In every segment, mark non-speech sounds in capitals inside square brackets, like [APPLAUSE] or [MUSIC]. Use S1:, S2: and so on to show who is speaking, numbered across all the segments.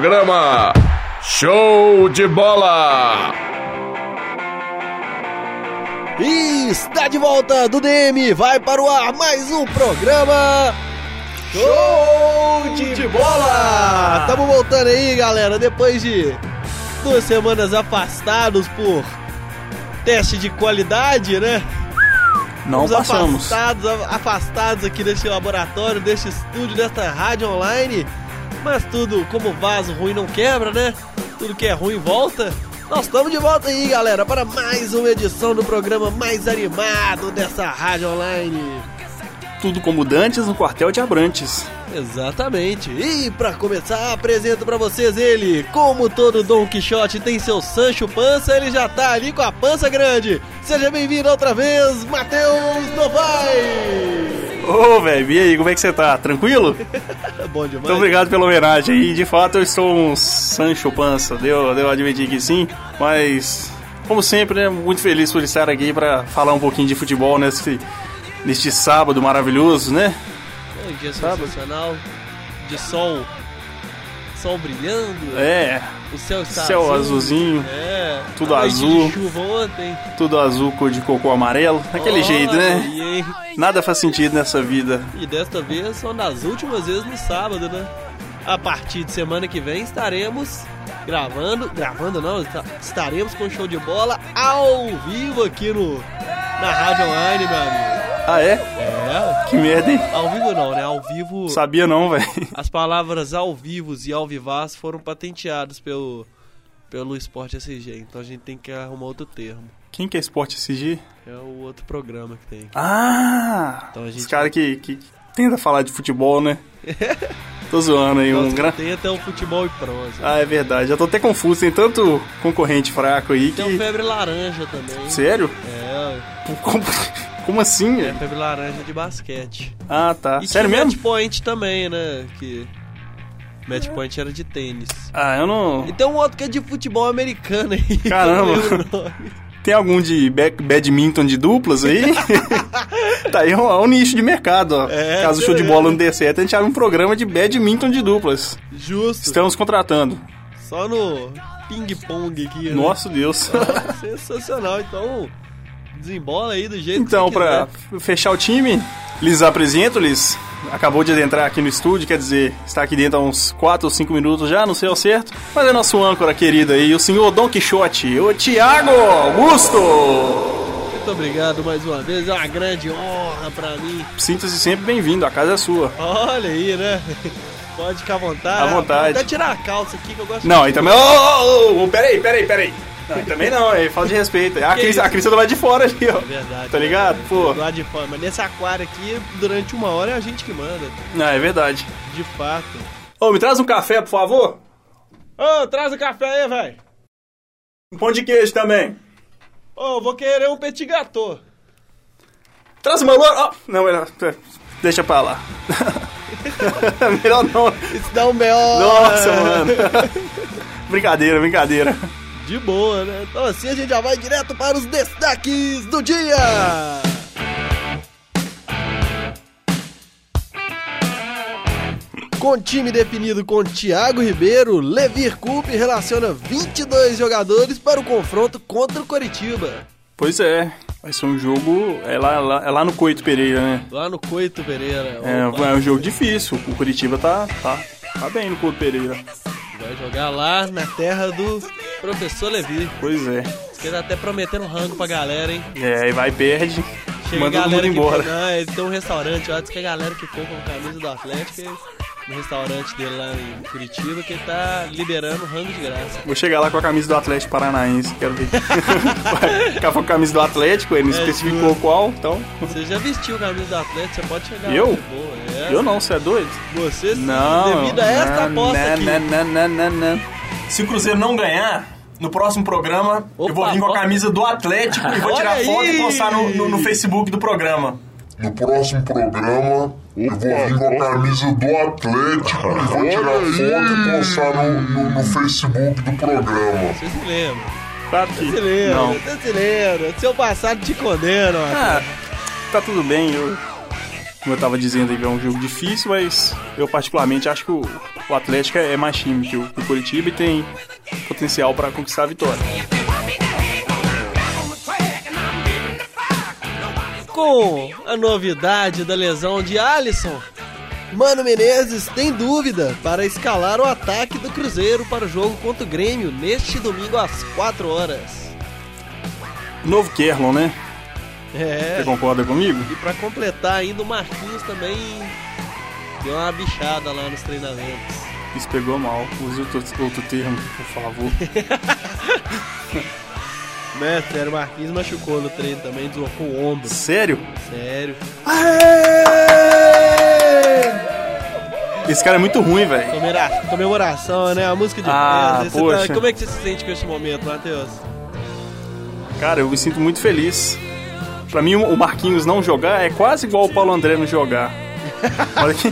S1: programa Show de Bola.
S2: E está de volta do DM, vai para o ar mais um programa Show de, Bola! Estamos voltando aí, galera, depois de duas semanas afastados por teste de qualidade, né?
S3: Não
S2: Estamos
S3: passamos.
S2: Afastados, a- afastados aqui deste laboratório, deste estúdio, desta rádio online. Mas tudo, como vaso ruim não quebra, né? Tudo que é ruim volta. Nós estamos de volta aí, galera, para mais uma edição do programa mais animado dessa rádio online.
S3: Tudo como Dantes no quartel de Abrantes.
S2: Exatamente. E para começar, apresento para vocês ele. Como todo Dom Quixote tem seu Sancho Pança, ele já tá ali com a pança grande. Seja bem-vindo outra vez, Matheus Novaes.
S3: Ô, velho, e aí, como é que você tá? Tranquilo?
S2: É bom demais.
S3: Muito obrigado pela homenagem. E de fato eu estou um Sancho Pança, deu, deu a admitir que sim, mas como sempre, né, muito feliz por estar aqui para falar um pouquinho de futebol nesse neste sábado maravilhoso, né?
S2: Um dia sensacional, de sol, sol brilhando,
S3: É,
S2: o céu está
S3: céu
S2: azul.
S3: azulzinho,
S2: É,
S3: tudo
S2: a noite
S3: azul.
S2: De chuva ontem.
S3: tudo azul cor de cocô amarelo, daquele
S2: Olha
S3: jeito, né?
S2: aí, hein?
S3: Nada faz sentido nessa vida.
S2: E desta vez, só nas últimas vezes no sábado, né? A partir de semana que vem estaremos gravando, gravando não, esta- estaremos com o show de bola ao vivo aqui no na rádio online, meu amigo.
S3: Ah é?
S2: É,
S3: Que merda, hein?
S2: ao vivo não, né? Ao vivo.
S3: Sabia não, velho.
S2: As palavras ao vivos e ao vivaz foram patenteadas pelo, pelo Esporte SG, então a gente tem que arrumar outro termo.
S3: Quem que é Esporte SG?
S2: É o outro programa que tem.
S3: Ah!
S2: Então a gente-
S3: Os caras que, que tenta falar de futebol,
S2: [LAUGHS]
S3: né? tô zoando aí, um
S2: Nossa,
S3: gran...
S2: Tem até o futebol e prosa.
S3: Ah, é verdade. Já tô até confuso, tem tanto concorrente fraco aí que...
S2: Tem o febre laranja também.
S3: Sério?
S2: É,
S3: Como, como assim?
S2: é
S3: velho?
S2: febre laranja de basquete.
S3: Ah, tá.
S2: E
S3: Sério
S2: tinha tipo-
S3: mesmo?
S2: Match point também, né? Que match point era de tênis.
S3: Ah, eu não...
S2: E tem um outro que é de futebol americano aí. [LAUGHS] que eu
S3: Caramba.
S2: não lembro o nome.
S3: Tem algum de ba- badminton de duplas
S2: [LAUGHS]
S3: aí? tá aí é um, é um nicho de mercado, ó.
S2: É,
S3: Caso o show de bola não dê certo, a gente abre um programa de badminton de duplas.
S2: Justo.
S3: Estamos contratando.
S2: Só no ping-pong aqui. né?
S3: Nosso Deus.
S2: [LAUGHS] Sensacional, então desembola aí do jeito
S3: Então,
S2: que você
S3: pra
S2: quiser.
S3: fechar o time, lhes apresento, lhes acabou de adentrar aqui no estúdio, quer dizer, está aqui dentro há uns 4 ou 5 minutos já, não sei ao certo, mas é nosso âncora querido aí, o senhor Dom Quixote, o Tiago Augusto!
S2: Muito obrigado mais uma vez, é uma grande honra pra mim.
S3: Sinta-se sempre bem-vindo, a casa é sua.
S2: Olha aí, né? [LAUGHS] Pode ficar à vontade. Ah,
S3: À vontade.
S2: Vou até tirar a calça aqui que eu gosto
S3: Não, aí também... Ô, ô, ô, ô, peraí, peraí, peraí. Não, aí também não, aí falta de respeito. A
S2: Que
S3: Cris,
S2: isso?
S3: a Cris é do lado de fora ali, ó.
S2: É verdade.
S3: Tá ligado? Pô,
S2: Do lado de fora. Mas nesse aquário aqui, durante uma hora é a gente que manda.
S3: não, é verdade.
S2: De fato.
S3: Ô, me traz um café, por favor.
S2: Ô, traz o café aí, velho.
S3: Um pão de queijo também.
S2: Ô, vou querer um petit gâteau.
S3: Traz uma loura. Oh, não, melhor. pera, Deixa pra lá. [LAUGHS] melhor não.
S2: Isso dá um né? B.O.
S3: Nossa,
S2: Ah.
S3: mano. brincadeira, brincadeira.
S2: De boa, né? Então assim a gente já vai direto para os destaques do dia. Com time definido com Thiago Ribeiro, Levir Coupe relaciona 22 jogadores para o confronto contra o Coritiba.
S3: Pois é. Vai ser um jogo. É lá, lá- é lá no Coito Pereira, né?
S2: Lá no Coito Pereira.
S3: É,
S2: Opa,
S3: é um jogo difícil. O Curitiba tá, tá, tá bem no Coito Pereira.
S2: Vai jogar lá na terra do professor Levir.
S3: Pois é.
S2: Ele tá até prometendo rango pra galera, hein?
S3: É, aí vai, perde.
S2: Chega
S3: manda
S2: a
S3: todo
S2: galera
S3: mundo
S2: que
S3: embora.
S2: for- não, ele tem um restaurante lá, diz que a galera que for com camisa do Atlético, no restaurante dele lá em Curitiba, que ele tá liberando rango de graça.
S3: Vou chegar lá com a camisa do Atlético Paranaense, quero ver. [LAUGHS] Vai ficar com a camisa do Atlético, ele não
S2: É,
S3: especificou qual, então.
S2: Você já vestiu a camisa do Atlético, você pode chegar
S3: Eu?
S2: lá. de boa, é.
S3: Eu não, você é doido?
S2: Você sim,
S3: Não.
S2: devido a esta aposta aqui.
S3: Não, não, não, não, Se o Cruzeiro não ganhar, no próximo programa
S2: eu vou vir com a
S3: camisa do Atlético e
S2: vou tirar foto e postar no- no- no
S3: Facebook do programa.
S4: No próximo programa, eu vou vir com a camisa do Atlético e vou tirar foto e postar no, no- no Facebook do programa.
S2: Você se lembra,
S3: Claro que
S2: você se lembra,
S3: Tá não.
S2: você se lembra. Seu passado te condena, ó.
S3: Ah, tá tudo bem, eu... Como eu tava dizendo, aí, é um jogo difícil, mas eu particularmente acho que o o Atlético é mais time que o que o Curitiba e tem potencial para conquistar a vitória.
S2: Com a novidade da lesão de Alisson, Mano Menezes tem dúvida para escalar o ataque do Cruzeiro para o jogo contra o Grêmio neste domingo às 4 horas.
S3: Novo Kerlon, né?
S2: É,
S3: Você concorda comigo?
S2: e para completar ainda o Marquinhos também deu uma bichada lá nos treinamentos.
S3: Isso pegou mal. Use outro, outro termo,
S2: [LAUGHS]
S3: por favor.
S2: Né, sério, o Marquinhos machucou no treino também, deslocou o ombro.
S3: Sério?
S2: Sério,
S3: Esse cara é muito ruim, velho.
S2: Comera- comemoração, né? A música de
S3: Ah,
S2: festa. Você tá-
S3: poxa.
S2: Como é que você se sente com esse momento, Matheus?
S3: Cara, eu me sinto muito feliz. Pra mim, o Marquinhos não jogar é quase igual o Paulo André não jogar. Olha que,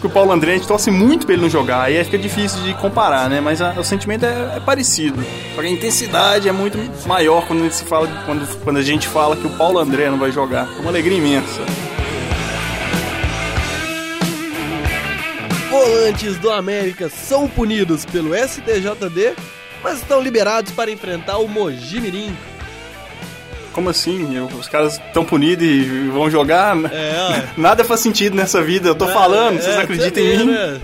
S3: que o Paulo André, a gente torce muito pra ele não jogar. Aí fica difícil de comparar, né? Mas a- o sentimento é, é parecido. Só que a intensidade é muito maior quando, se fala, quando, quando a gente fala que o Paulo André não vai jogar. É uma alegria imensa.
S2: Volantes do América são punidos pelo STJD, mas estão liberados para enfrentar o Mogi Mirim.
S3: Como assim? Eu- os caras estão punidos e vão jogar?
S2: É, [LAUGHS] ó.
S3: Nada faz sentido nessa vida, eu tô falando, vocês não acreditam em mim?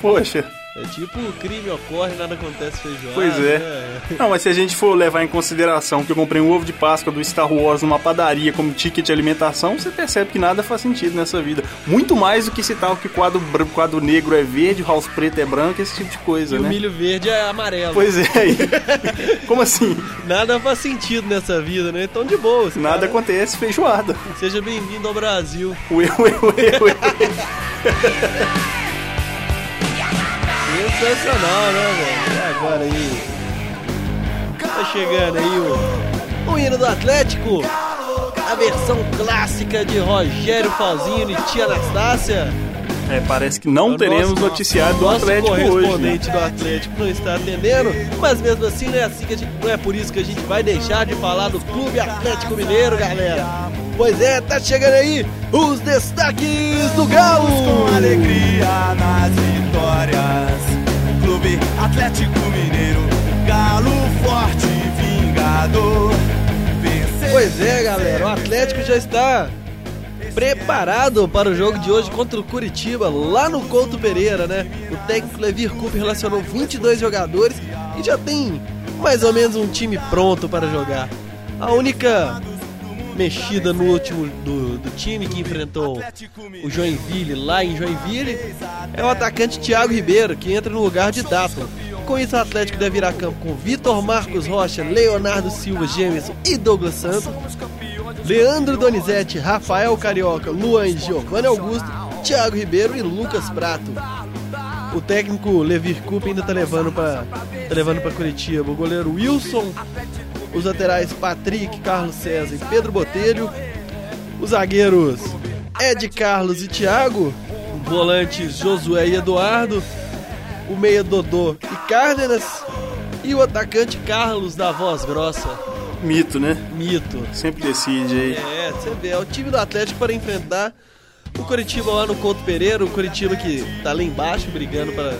S3: Poxa.
S2: né? É tipo o crime ocorre, nada acontece feijoada. né?
S3: Pois é. Não, mas se a gente for levar em consideração que eu comprei um ovo de Páscoa do Star Wars numa padaria como ticket de alimentação, você percebe que nada faz sentido nessa vida. Muito mais do que citar que o quadro, br- quadro negro é verde, o house preto é branco, esse tipo de coisa,
S2: E o
S3: né?
S2: milho verde é amarelo.
S3: Pois é. aí. [LAUGHS] como assim?
S2: Nada faz sentido nessa vida, né? Então de boa. esse
S3: Nada
S2: cara.
S3: acontece, feijoada.
S2: Seja bem-vindo ao Brasil.
S3: Ué, ué, ué, ué.
S2: [LAUGHS] Sensacional, né, velho? E agora aí? Tá chegando aí o, o hino do Atlético. A versão clássica de Rogério Falzinho e Tia Anastácia.
S3: É, parece que não
S2: O
S3: teremos
S2: nosso-
S3: noticiário do
S2: nosso
S3: Atlético hoje. né?
S2: correspondente do Atlético não está atendendo, mas mesmo assim não é, assim que a gente- não é por isso que a gente vai deixar de falar do Clube Atlético Mineiro, galera. Pois é, tá chegando aí os destaques do Galo.
S5: com alegria nas vitórias. Clube Atlético Mineiro, Galo forte e vingador. Vencer.
S2: Pois é, galera, o Atlético já está preparado para o jogo de hoje contra o Curitiba, lá no Couto Pereira, né? O técnico Levir Cup relacionou 22 jogadores e já tem mais ou menos um time pronto para jogar. A única mexida no último do, do time que enfrentou o Joinville lá em Joinville é o atacante Thiago Ribeiro, que entra no lugar de Dato. Com isso, o Atlético deve ir a campo com Vitor Marcos Rocha, Leonardo Silva Gêmeos e Douglas Santos. Leandro Donizete, Rafael Carioca, Luan e Giovanni Augusto, Thiago Ribeiro e Lucas Prato. O técnico Levir Cup ainda tá levando para tá levando para Curitiba o goleiro Wilson, os laterais Patrick, Carlos César e Pedro Botelho, os zagueiros Ed Carlos e Thiago, volantes Josué e Eduardo, o meia Dodô e Cárdenas e o atacante Carlos da Voz Grossa,
S3: Mito, né?
S2: mito.
S3: Sempre decide aí.
S2: É, você vê, é o time do Atlético para enfrentar o Curitiba lá no Couto Pereira, o Curitiba que tá lá embaixo brigando para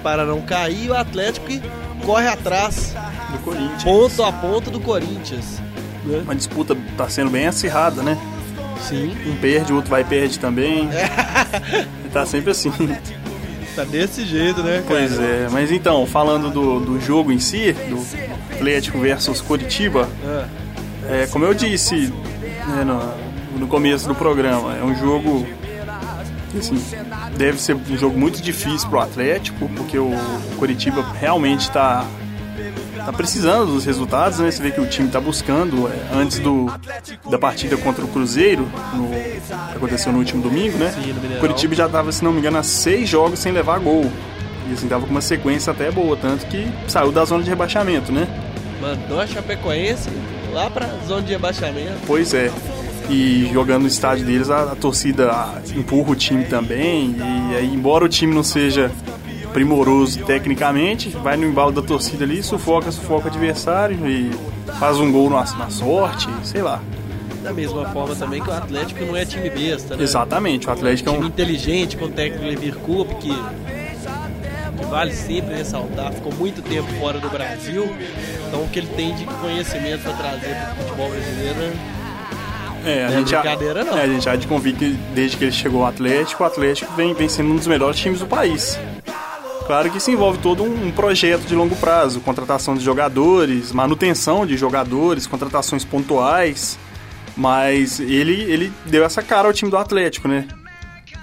S2: para não cair, e o Atlético que corre atrás,
S3: do Corinthians.
S2: ponto a ponto do Corinthians. né?
S3: Uma disputa tá sendo bem acirrada, né?
S2: Sim.
S3: Um perde, o outro vai e perde também. tá sempre assim.
S2: Tá desse jeito, né, cara?
S3: Pois é, mas então, falando do, do jogo em si, do Atlético versus Curitiba,
S2: Ah,
S3: é, como eu disse né, no, no começo do programa, é um jogo. Assim, deve ser um jogo muito difícil pro Atlético, porque o Curitiba realmente tá, tá precisando dos resultados, né? Você vê que o time tá buscando é, antes do, da partida contra o Cruzeiro, no, que aconteceu no último domingo, né?
S2: Sim, no Mineirão.
S3: O Curitiba já tava, se não me engano, a seis jogos sem levar gol. E assim, tava com uma sequência até boa, tanto que saiu da zona de rebaixamento, né?
S2: é. mandou a Chapecoense lá pra zona de rebaixamento.
S3: Pois é. E jogando no estádio deles, a, a torcida empurra o time também. E aí, embora o time não seja primoroso tecnicamente, vai no embalo da torcida ali, sufoca, sufoca o adversário e faz um gol na, na sorte, sei lá.
S2: Da mesma forma também que o Atlético não é time besta, né?
S3: Exatamente, o Atlético é
S2: Time
S3: um.
S2: inteligente com o técnico Levir Cup que vale sempre ressaltar, ficou muito tempo fora do Brasil, então o que ele tem de conhecimento para trazer para o futebol brasileiro é
S3: É, a
S2: Não é
S3: gente há-
S2: brincadeira, não.
S3: É, a gente há de convir que desde que ele chegou ao Atlético, o Atlético vem, vem sendo um dos melhores times do país. Claro que isso envolve todo um um projeto de longo prazo, contratação de jogadores, manutenção de jogadores, contratações pontuais, mas ele, ele deu essa cara ao time do Atlético, né?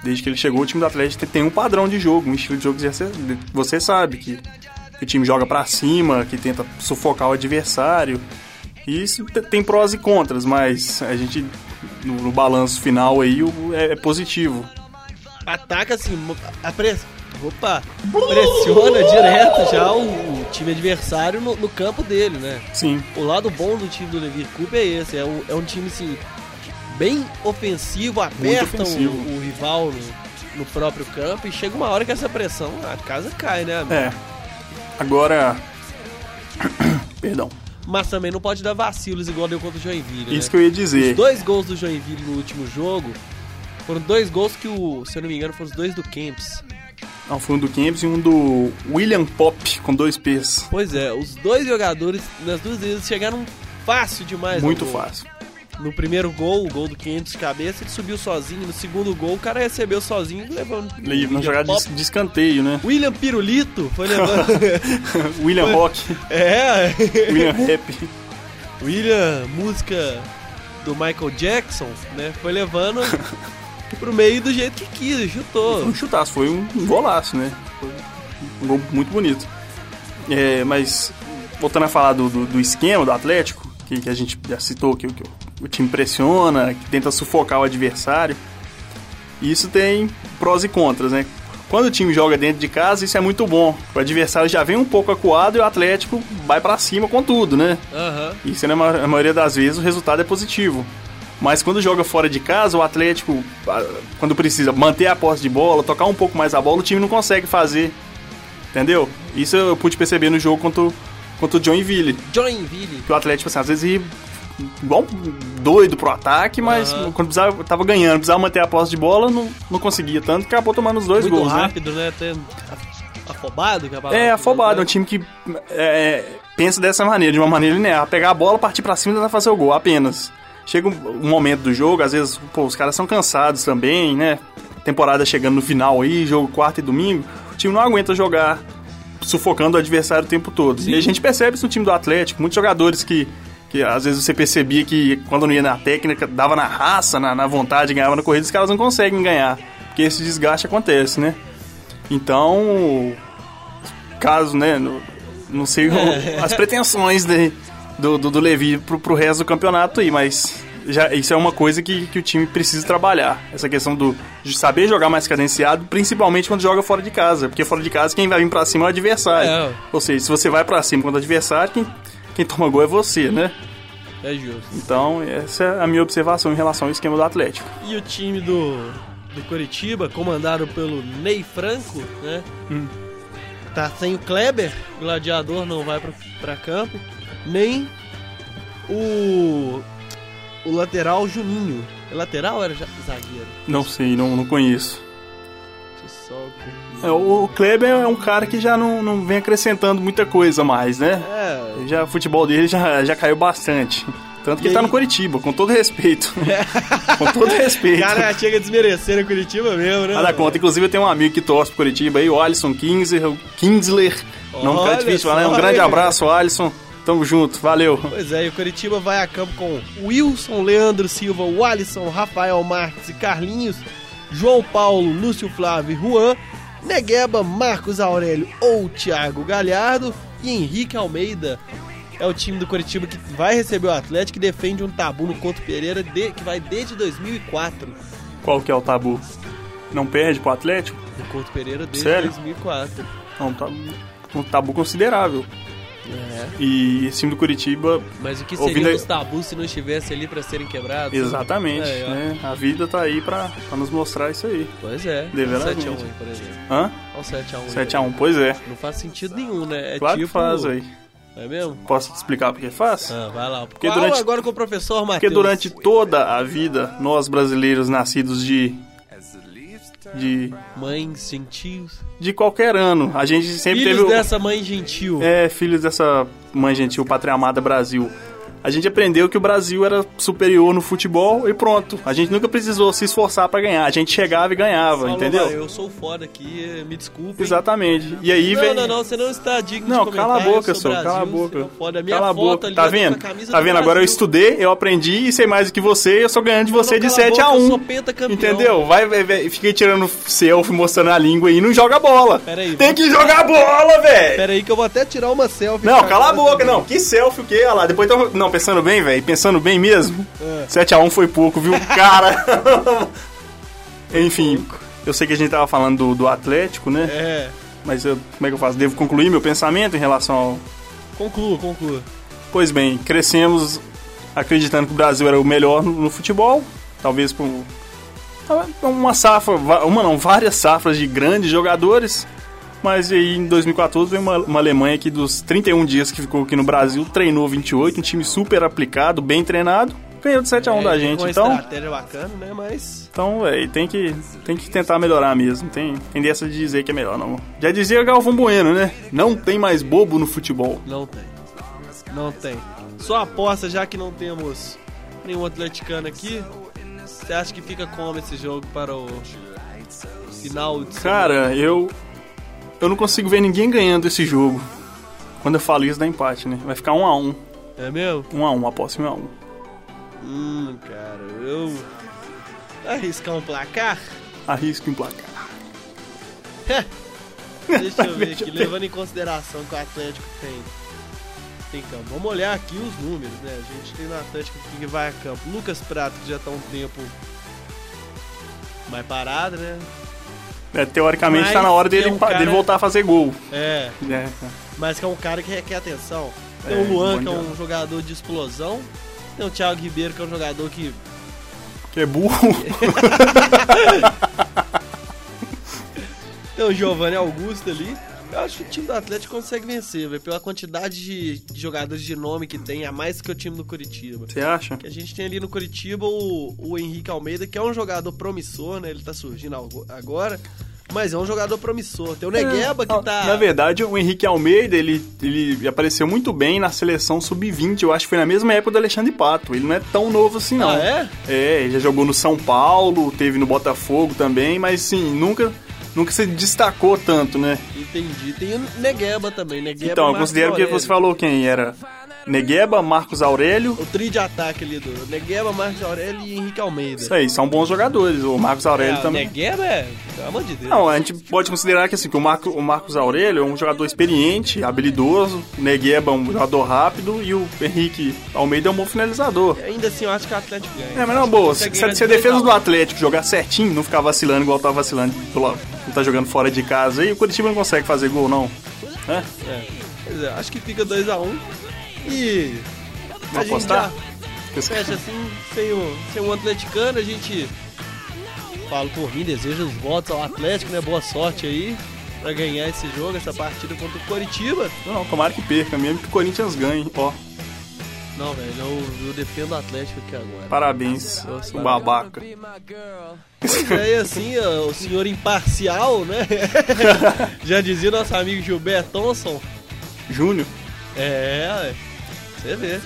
S3: Desde que ele chegou, o time do Atlético tem um padrão de jogo, um estilo de jogo que você- você sabe que que o time joga pra cima, que tenta sufocar o adversário. E isso te- tem prós e contras, mas a gente, no, no balanço final aí, o- é, é positivo.
S2: ataca assim, mo- a pres- opa, pressiona direto já o, o time adversário no, no campo dele, né?
S3: Sim.
S2: O lado bom do time do Levi Cup é esse, é um, é um time assim, bem ofensivo, aperta o-
S3: ofensivo.
S2: O, rival no, no próprio campo e chega uma hora que essa pressão, a casa cai, né? amigo?
S3: É. Agora. [COUGHS] Perdão.
S2: Mas também não pode dar vacilos igual deu contra o Joinville,
S3: Isso
S2: né?
S3: que eu ia
S2: Os
S3: dizer.
S2: dois gols do Joinville no último jogo foram dois gols que o, se eu não me engano, foram os dois do Kemps.
S3: Não, foi um do Kempis e um do William Pop, com dois P's.
S2: Pois é, os dois jogadores nas duas vezes chegaram fácil demais.
S3: Muito
S2: no gol.
S3: fácil.
S2: No primeiro gol, o gol do 500 de cabeça, ele subiu sozinho. No segundo gol, o cara recebeu sozinho e levou.
S3: E na jogada de, de escanteio, né? [LAUGHS]
S2: William Pirulito foi levando.
S3: William Rock,
S2: é, [LAUGHS]
S3: William Rap.
S2: William, música do Michael Jackson, né? Foi levando pro meio do jeito que quis,
S3: Foi
S2: chutou.
S3: um chutaço, foi um um golaço, né? Foi um gol muito bonito. É, mas, voltando a falar do, do, do esquema do Atlético, que, que a gente já citou, que, o- que o- o time pressiona, que tenta sufocar o adversário, isso tem prós e contras, né? Quando o time joga dentro de casa, isso é muito bom. O adversário já vem um pouco acuado e o Atlético vai pra cima com tudo, né?
S2: Aham.
S3: E isso, na ma- na maioria das vezes, o resultado é positivo. Mas quando joga fora de casa, o Atlético, ah, quando precisa manter a posse de bola, tocar um pouco mais a bola, o time não consegue fazer. Entendeu? Isso eu pude perceber no jogo contra, o- contra o Joinville.
S2: Joinville.
S3: Que o Atlético, assim, às vezes ia igual um doido pro ataque, mas
S2: Aham.
S3: quando precisava, tava ganhando, precisava manter a posse de bola, não, não conseguia tanto, que acabou tomando os dois
S2: Muito
S3: gols, né?
S2: rápido, né? Até afobado, né? que a palavra
S3: É,
S2: que
S3: afobado. É um
S2: usa,
S3: time que é, pensa dessa maneira, de uma maneira linear. Pegar a bola, partir pra cima e tentar fazer o gol, apenas. Chega um, um momento do jogo, às vezes, pô, os caras são cansados também, né? Temporada chegando no final aí, jogo quarta e domingo. O time não aguenta jogar sufocando o adversário o tempo todo. E a gente percebe isso no time do Atlético. Muitos jogadores que, que às vezes você percebia que quando não ia na técnica, dava na raça, na, na vontade, ganhava na corrida, os caras não conseguem ganhar. Porque esse desgaste acontece, né? Então, caso, né? no- não sei o- as pretensões de- do, do, do Levi pro, pro resto do campeonato aí, mas já, isso é uma coisa que, que o time precisa trabalhar. Essa questão do, de saber jogar mais cadenciado, principalmente quando joga fora de casa. Porque fora de casa quem vai vir pra cima é o adversário.
S2: É.
S3: Ou seja, se você vai pra cima contra o adversário, quem, quem toma gol é você, né?
S2: É justo.
S3: Então, essa é a minha observação em relação ao esquema do Atlético.
S2: E o time do, do Curitiba, comandado pelo Ney Franco, né? Tá sem o Kleber, gladiador não vai pra, pra campo, nem o, o lateral Juninho. É lateral ou era ja- zagueiro?
S3: Não sei, não, não conheço.
S2: Deixa eu só-
S3: É, o o Kleber é um cara que já não, não vem acrescentando muita coisa mais, né?
S2: É,
S3: Já, o futebol dele já, já caiu bastante. Tanto
S2: E
S3: que ele tá
S2: aí?
S3: no Curitiba, com
S2: [LAUGHS]
S3: todo respeito. com todo respeito.
S2: cara chega desmerecendo o Curitiba mesmo, né?
S3: Vai dar conta. Inclusive, eu tenho um amigo que torce pro Curitiba aí, o Alisson Kinzer, o Kinsler. Não
S2: Olha
S3: fica difícil de falar, né? Um
S2: só,
S3: grande
S2: hein?
S3: abraço, Alisson. Tamo junto, valeu.
S2: Pois é, e o Curitiba vai a campo com Wilson, Leandro Silva, Walisson, Rafael Marques e Carlinhos, João Paulo, Lúcio Flávio e Juan, Negueba, Marcos Aurélio ou Thiago Galhardo e Henrique Almeida. É o time do Curitiba que vai receber o Atlético e defende um tabu no Couto Pereira de- que vai desde 2004.
S3: Qual que é o tabu? Não perde pro Atlético?
S2: No Couto Pereira desde
S3: Sério?
S2: 2004.
S3: É um tabu, um tabu considerável.
S2: É.
S3: E esse time do Curitiba,
S2: Mas o que
S3: Ouvindo
S2: seria
S3: aí-
S2: dos tabus se não estivesse ali para serem quebrados?
S3: exatamente,
S2: É, ó.
S3: né? A vida tá aí pra, pra nos mostrar isso aí.
S2: Pois é.
S3: Deveras
S2: 7x1, por exemplo. Um
S3: Hã?
S2: Olha o 7x1.
S3: 7x1 , pois é.
S2: Não faz sentido nenhum, né? É
S3: Claro
S2: tipo...
S3: que faz aí.
S2: É mesmo?
S3: Posso te explicar por que faz?
S2: Ah, vai lá. Porque
S3: durante-
S2: agora com o professor Matheus.
S3: Porque durante toda a vida, nós brasileiros nascidos de de,
S2: Mães gentios.
S3: de qualquer ano. A gente sempre
S2: Filhos
S3: teve. o-
S2: dessa mãe gentil.
S3: É, filhos dessa mãe gentil, pátria amada Brasil. A gente aprendeu que o Brasil era superior no futebol e pronto. A gente nunca precisou se esforçar pra ganhar. A gente chegava e ganhava,
S2: Falou,
S3: entendeu?
S2: "Ah, eu sou foda aqui, me desculpe.
S3: Exatamente. E aí
S2: Não,
S3: vem.
S2: não, não, você não está digno
S3: Não,
S2: de
S3: cala a
S2: comentário,
S3: boca,
S2: eu sou
S3: senhor, cala a
S2: Brasil, você
S3: boca.
S2: não pode. A minha
S3: cala a
S2: foto
S3: boca.
S2: ali,
S3: Tá
S2: eu tô
S3: vendo?
S2: com a camisa
S3: Tá
S2: do
S3: vendo? Agora eu
S2: Brasil.
S3: estudei, eu aprendi e sei mais do que você, eu sou ganhando de você
S2: Não,
S3: de
S2: cala a
S3: 7 a
S2: boca,
S3: 1.
S2: Eu sou pentacampeão.
S3: Entendeu? Vai, vai, vai, fiquei tirando selfie, mostrando a língua e não joga bola.
S2: Pera aí,
S3: Tem que jogar bola, velho.
S2: Pera aí que eu vou até tirar uma selfie.
S3: Não,
S2: cara,
S3: cala a
S2: agora
S3: boca,
S2: também.
S3: não. Que selfie o quê? Olha lá, depois tão... Não, pensando bem, velho. Pensando bem mesmo.
S2: É.
S3: 7x1 foi
S2: [LAUGHS]
S3: pouco, viu? Cara. Enfim, eu sei que a gente tava falando do, do Atlético, né?
S2: É,
S3: Mas eu- como é que eu faço? Devo concluir meu pensamento em relação ao.
S2: conclua, conclua.
S3: Pois bem, crescemos acreditando que o Brasil era o melhor no, no futebol. Talvez por uma safra, va- uma não, várias safras de grandes jogadores. Mas aí em 2014 veio uma, uma Alemanha que dos 31 dias que ficou aqui no Brasil, treinou 28, um time super aplicado, bem treinado, ganhou de 7 a 1
S2: É,
S3: da gente.
S2: Uma
S3: Então,
S2: estratégia bacana, né, mas...
S3: então véi, tem que, tem que tentar melhorar mesmo. Tem, tem dessa de dizer que é melhor, não. Já dizia Galvão Bueno, né? Não tem mais bobo no futebol.
S2: Não tem. Não tem. Só aposta, já que não temos nenhum atleticano aqui, você acha que fica como esse jogo para o final de semana?
S3: Cara, eu. Eu não consigo ver ninguém ganhando esse jogo. Quando eu falo isso, dá empate, né? Vai ficar 1 a 1
S2: É mesmo?
S3: 1 a 1 aposto em 1 a 1
S2: Hum, cara, eu... Arriscar um placar? [LAUGHS]
S3: Arrisco em placar.
S2: [LAUGHS] Deixa eu ver aqui, levando em consideração que o Atlético tem. Tem campo. Vamos olhar aqui os números, né? A gente tem no Atlético que vai a campo. Lucas Prato, que já tá um tempo mais parado, né?
S3: É, teoricamente tá
S2: Mas
S3: na hora dele,
S2: é um
S3: pa-
S2: cara-
S3: dele voltar a fazer gol.
S2: É,
S3: né?
S2: mas que é um cara que requer atenção. Tem
S3: É,
S2: o Luan,
S3: bom
S2: que é
S3: jogador.
S2: um jogador de explosão. Tem o Thiago Ribeiro, que é um jogador que.
S3: Que é burro. [LAUGHS]
S2: Tem o Giovanni Augusto ali. Eu acho que o time do Atlético consegue vencer, velho. Pela quantidade de de jogadores de nome que tem, a mais que o time do Curitiba.
S3: Você acha?
S2: que a gente tem ali no Curitiba o, o Henrique Almeida, que é um jogador promissor, né? Ele tá surgindo algo- agora, mas é um jogador promissor. Tem o
S3: É,
S2: Negueba que tá.
S3: Na verdade, o Henrique Almeida, ele, ele apareceu muito bem na seleção sub-20. Eu acho que foi na mesma época do Alexandre Pato. Ele não é tão novo assim, não.
S2: Ah, é?
S3: É, ele já jogou no São Paulo, teve no Botafogo também, mas sim, nunca, nunca se destacou tanto, né?
S2: Entendi. Tem o Negueba também. Negueba
S3: então, eu
S2: é Marcos
S3: considero que
S2: Aurélio.
S3: você falou quem era. Negueba, Marcos Aurélio.
S2: O trio de ataque ali do Negueba, Marcos Aurélio e Henrique Almeida.
S3: Isso aí, são bons jogadores. O Marcos Aurélio
S2: É, o
S3: também.
S2: Negueba é. Pelo amor de Deus.
S3: Não, a gente pode considerar que assim, que o, Marco- o Marcos Aurélio é um jogador experiente, habilidoso, o Negueba é um jogador rápido e o Henrique Almeida é um bom finalizador.
S2: Ainda assim, eu acho que o Atlético ganha.
S3: É, mas não, boa. Se,
S2: Consegue
S3: se- se a
S2: ganhar de
S3: defesa
S2: dois
S3: do
S2: a um.
S3: Atlético jogar certinho, não ficar vacilando igual tá vacilando, pelo- não tá jogando fora de casa, aí o Curitiba não consegue fazer gol, não. Hã?
S2: É. Pois é, acho que fica 2x1. E.
S3: Vamos
S2: gente
S3: apostar?
S2: já- Fecha assim, sem um, sem um atleticano, a gente fala por mim, deseja os votos ao Atlético, né? Boa sorte aí pra ganhar esse jogo, essa partida contra o Coritiba.
S3: Não, não, tomara que perca, mesmo que o Corinthians ganhe. Ó,
S2: Não, velho, eu, eu defendo o Atlético aqui agora.
S3: parabéns, um babaca.
S2: Pois é, e assim, ó, o senhor imparcial, né? Já dizia nosso amigo Gilberto Thompson.
S3: [LAUGHS] Júnior.
S2: É, ué, você vê.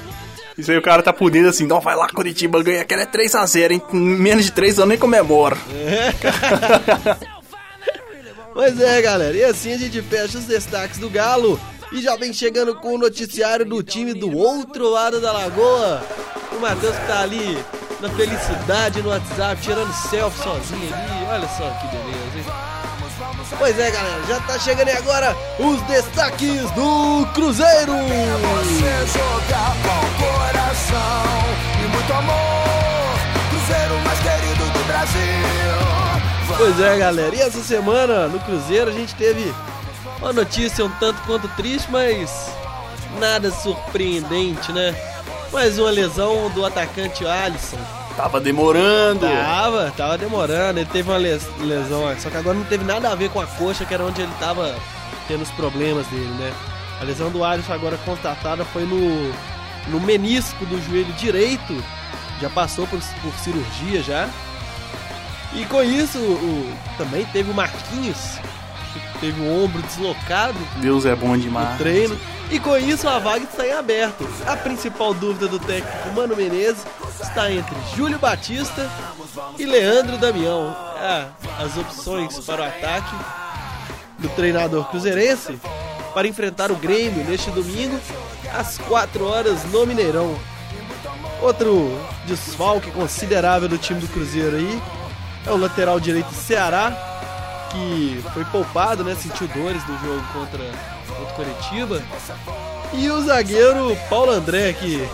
S3: Isso aí o cara tá por dentro assim, não, vai lá, Curitiba, ganha, aquela é 3x0, hein? Em Menos de 3 anos nem comemora.
S2: Pois é, galera. E assim a gente fecha os destaques do Galo. E já vem chegando com o noticiário do time do outro lado da lagoa. O Matheus que tá ali na felicidade no WhatsApp, tirando selfie sozinho ali. Olha só que beleza, hein? Pois é, galera. Já tá chegando aí agora os destaques do Cruzeiro.
S5: Você jogar pau coração e muito amor. Cruzeiro mais querido do Brasil.
S2: Pois é, galera. E essa semana no Cruzeiro a gente teve uma notícia um tanto quanto triste, mas nada surpreendente, né? Mais uma lesão do atacante Alisson.
S3: Tava demorando.
S2: Tava, tava demorando, ele teve uma les- lesão, só que agora não teve nada a ver com a coxa, que era onde ele tava tendo os problemas dele, né? A lesão do Alisson agora constatada foi no, no menisco do joelho direito, já passou por, por cirurgia já. E com isso, o- também teve o Marquinhos, que teve o ombro deslocado
S3: Deus é bom
S2: no
S3: demais.
S2: treino. E com isso, a vaga está em aberto. A principal dúvida do técnico Mano Menezes está entre Júlio Batista e Leandro Damião. Ah, as opções para o ataque do treinador cruzeirense para enfrentar o Grêmio neste domingo às 4 horas no Mineirão. Outro desfalque considerável do time do Cruzeiro aí é o lateral direito Ceará, que foi poupado, né? Sentiu dores no jogo contra, contra o Coritiba. E o zagueiro Paulo André, que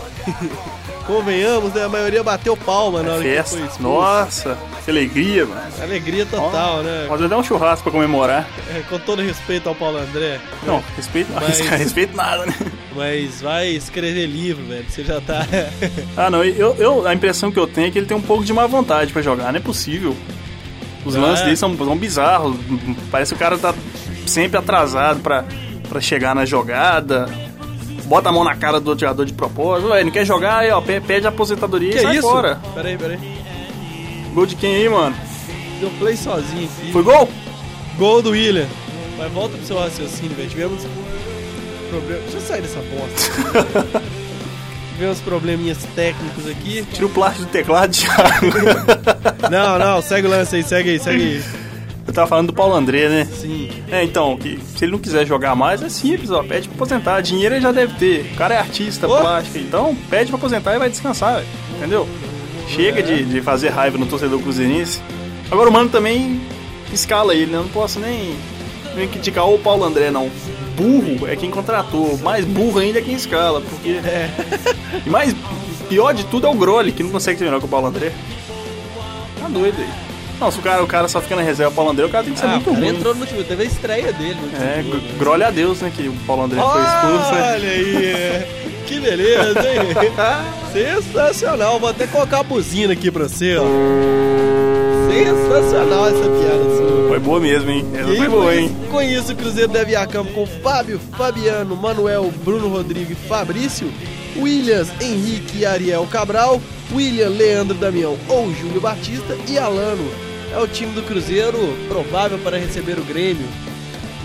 S2: [LAUGHS] convenhamos, né? A maioria bateu palma na hora que
S3: Festa.
S2: foi expulso.
S3: Nossa, que alegria, mano.
S2: Alegria total, né?
S3: Pode dar um churrasco pra comemorar.
S2: É, com todo respeito ao Paulo André,
S3: Não, respeito, não,
S2: Mas-
S3: [LAUGHS] respeito nada, né?
S2: mas vai escrever livro, velho. Você já tá. [LAUGHS]
S3: Ah, não, eu, eu- a impressão que eu tenho é que ele tem um pouco de má vontade pra jogar, não é possível. Os
S2: Ah,
S3: lances
S2: é?
S3: dele são, são bizarros, parece que o cara tá sempre atrasado pra, pra chegar na jogada. Bota a mão na cara do outro jogador de propósito, ué, não quer jogar, aí, ó, pe- pede a aposentadoria e sai fora.
S2: é Peraí, peraí.
S3: Gol de quem aí, mano?
S2: Deu play sozinho aqui.
S3: Foi gol?
S2: Gol do William. Mas volta pro seu raciocínio, velho. Tivemos problema. Deixa eu sair dessa bosta.
S3: [LAUGHS]
S2: Tivemos probleminhas técnicos aqui.
S3: Tira o plástico do teclado, [LAUGHS] Thiago.
S2: Não, não, segue o lance aí, segue aí, segue aí.
S3: Eu tava falando do Paulo André, né?
S2: Sim.
S3: É, então, que se ele não quiser jogar mais, é simples, ó. Pede pra aposentar. Dinheiro ele já deve ter. O cara é artista,
S2: Ô!
S3: plástico. Então, pede pra aposentar e vai descansar, velho. entendeu? Chega de, de fazer raiva no torcedor cruzeirense. Agora o Mano também escala ele, né? Eu não posso nem, nem criticar o Paulo André, não. Burro é quem contratou. Mais burro ainda é quem escala, porque...
S2: É.
S3: [LAUGHS] e mais... Pior de tudo é o Groli, que não consegue ser melhor que o Paulo André. Tá doido aí. Não, se o cara, o cara só fica na reserva, o Paulo André, o cara tem que ser
S2: Ah,
S3: Tá muito
S2: o cara
S3: ruim.
S2: entrou no time, teve a estreia dele. No
S3: É,
S2: time.
S3: gr- grole a Deus, né? Que o Paulo André foi expulso. né?
S2: Olha aí, é. que beleza,
S3: [LAUGHS]
S2: hein? Sensacional, vou até colocar a buzina aqui pra você, ó. Sensacional essa piada sua.
S3: Foi boa mesmo, hein? Essa
S2: E aí,
S3: foi
S2: com
S3: boa,
S2: isso-
S3: hein?
S2: Com isso, o Cruzeiro deve ir a campo com Fábio, Fabiano, Manuel, Bruno Rodrigues e Fabrício, Williams, Henrique e Ariel Cabral, William, Leandro Damião ou Júlio Batista e Alano. É o time do Cruzeiro provável para receber o Grêmio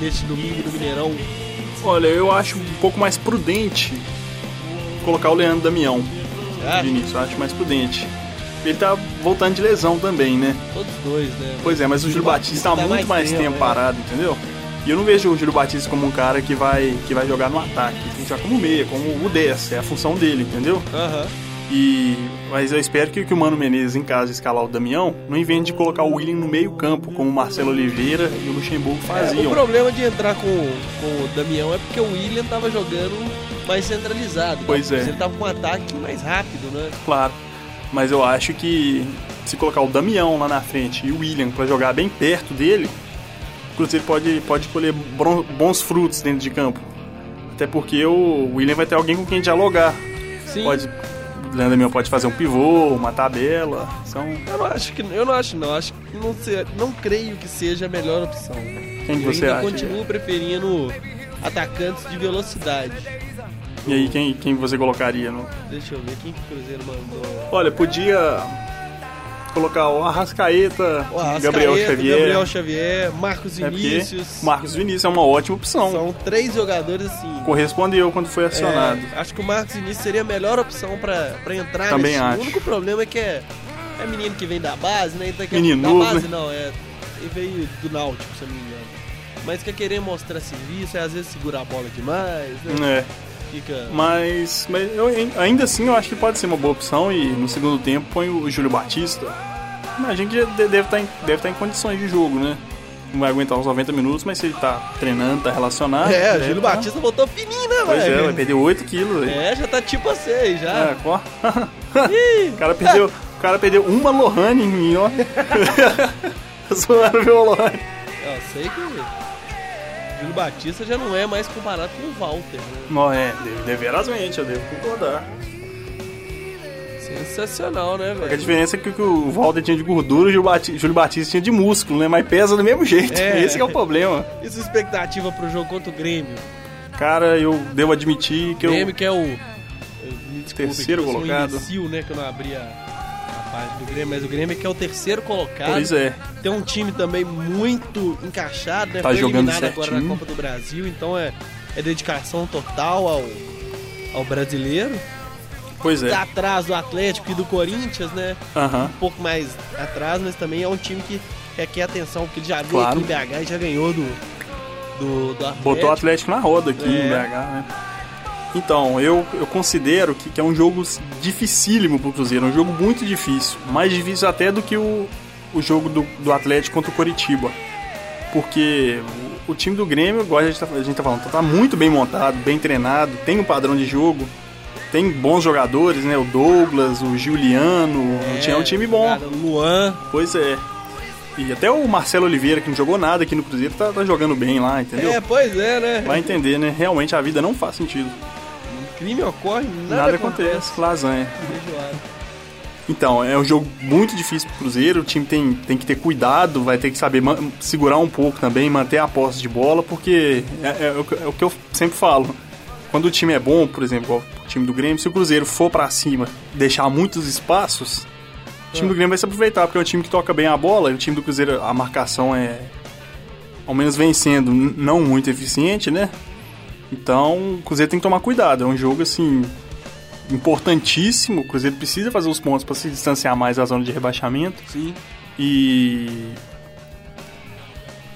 S2: neste domingo no Mineirão.
S3: Olha, eu acho um pouco mais prudente colocar o Leandro Damião
S2: Ah,
S3: de início. Eu acho mais prudente. Ele tá voltando de lesão também, né?
S2: todos dois, né?
S3: Pois é, mas o Júlio Batista tá
S2: Tá
S3: muito
S2: mais
S3: mais
S2: tempo,
S3: tempo
S2: é.
S3: parado, entendeu? E eu não vejo o Júlio Batista como um cara que vai, que vai jogar no ataque. Ele tem que jogar como meia, como o 10. É a função dele, entendeu?
S2: Aham.
S3: E, mas eu espero que, que o Mano Menezes, em casa, escalar o Damião, não invente de colocar o William no meio campo, como o Marcelo Oliveira e o Luxemburgo
S2: É, O
S3: faziam.
S2: problema de entrar com, com o Damião é porque o William tava jogando mais centralizado. né?
S3: Pois é.
S2: Ele tava com um ataque mais rápido, né?
S3: Claro. Mas eu acho que se colocar o Damião lá na frente e o William pra jogar bem perto dele, o Cruzeiro pode, pode colher bron- bons frutos dentro de campo. Até porque o William vai ter alguém com quem dialogar.
S2: Sim.
S3: Pode, o Leandro Damião pode fazer um pivô, uma tabela. São,
S2: Eu não acho que eu não acho não, acho que não se- não creio que seja a melhor opção.
S3: quem que
S2: eu
S3: você
S2: ainda
S3: acha?
S2: continuo preferindo atacantes de velocidade.
S3: E aí, quem, quem você colocaria no,
S2: Deixa eu ver quem que o Cruzeiro mandou.
S3: Olha, podia colocar o Arrascaeta,
S2: O Arrascaeta,
S3: Gabriel Xavier.
S2: Gabriel Xavier, Marcos
S3: né, porque
S2: Vinícius.
S3: Marcos Vinícius é uma ótima opção.
S2: São três jogadores assim.
S3: Correspondeu quando foi
S2: é,
S3: acionado.
S2: acho que o Marcos Vinícius seria a melhor opção pra pra entrar
S3: Também
S2: nesse time.
S3: acho.
S2: O único problema é que é, é menino que vem da base, né? Então, que-
S3: Menino
S2: da
S3: novo,
S2: base
S3: né?
S2: não, é. Ele veio do Náutico, se eu não me engano. Mas quer querer mostrar serviço, é às vezes segurar a bola demais, né?
S3: É,
S2: Fica.
S3: mas, mas eu, hein, ainda assim eu acho que pode ser uma boa opção e no segundo tempo põe o Júlio Batista. Imagino que já de- deve estar, em, deve estar em condições de jogo, né? Não vai aguentar uns 90 minutos, mas se ele tá treinando, tá relacionado.
S2: É, o
S3: deve
S2: Júlio
S3: tá-
S2: Batista botou fininho, né,
S3: Pois é, vai
S2: velho?
S3: perder 8 quilos aí.
S2: É, já tá tipo assim aí, já.
S3: É, ó.
S2: [LAUGHS]
S3: o cara perdeu, o cara perdeu uma Lohane em mim, [LAUGHS] ó. Zoaram meu Lohane.
S2: Eu sei que o Júlio Batista já não é mais comparado com o Walter, né?
S3: Não, é, deve- deverazmente, eu devo concordar.
S2: Sensacional, né,
S3: A
S2: velho?
S3: diferença é que, o que o Walter tinha de gordura e o Bati- Júlio Batista tinha de músculo, né? Mas pesa do mesmo jeito.
S2: É.
S3: Esse que é o problema.
S2: E sua expectativa pro jogo contra o Grêmio?
S3: Cara, eu devo admitir que
S2: Grêmio
S3: eu. É.
S2: que é o... eu- Me desculpe,
S3: Terceiro
S2: que eu sou um
S3: colocado.
S2: imbecil, né, que eu não abri a, a rapaz, do Grêmio, mas o Grêmio é que é o terceiro colocado.
S3: Pois é.
S2: Tem um time também muito encaixado, né?
S3: Tá
S2: Foi
S3: jogando
S2: eliminado agora na
S3: certinho.
S2: Copa do Brasil, então é, é dedicação total ao, ao brasileiro.
S3: Pois é.
S2: Tá atrás do Atlético e do Corinthians, né?
S3: Aham.
S2: Um pouco mais atrás, mas também é um time que requer atenção, porque ele já veio aqui
S3: Claro.
S2: em BH e já ganhou do, do, do Atlético.
S3: Botou o Atlético na roda aqui
S2: É.
S3: em BH, né? Então, eu, eu considero que, que é um jogo dificílimo pro Cruzeiro, é um jogo muito difícil. Mais difícil até do que o, o jogo do, do Atlético contra o Coritiba. Porque o, o time do Grêmio, igual a gente, tá, a gente tá falando, tá muito bem montado, bem treinado, tem um padrão de jogo, tem bons jogadores, né? O Douglas, o Juliano, é, é um time bom.
S2: cara, o Luan,
S3: Pois é. E até o Marcelo Oliveira, que não jogou nada aqui no Cruzeiro, tá, tá jogando bem lá, entendeu?
S2: É, pois é, né?
S3: Vai entender, né? Realmente a vida não faz sentido.
S2: Crime ocorre, nada,
S3: Nada, acontece. Lasanha.
S2: Feijoada.
S3: Então, é um jogo muito difícil pro Cruzeiro. O time tem, tem que ter cuidado, vai ter que saber ma- segurar um pouco também, manter a posse de bola, porque é, é o que- é o que eu sempre falo. Quando o time é bom, por exemplo, igual o time do Grêmio, se o Cruzeiro for pra cima, deixar muitos espaços, o time do Grêmio vai se aproveitar, porque é um time que toca bem a bola, e o time do Cruzeiro, a marcação é, ao menos vencendo, n- não muito eficiente, né? Então, o Cruzeiro tem que tomar cuidado. É um jogo, assim, importantíssimo. O Cruzeiro precisa fazer os pontos para se distanciar mais da zona de rebaixamento.
S2: Sim.
S3: E.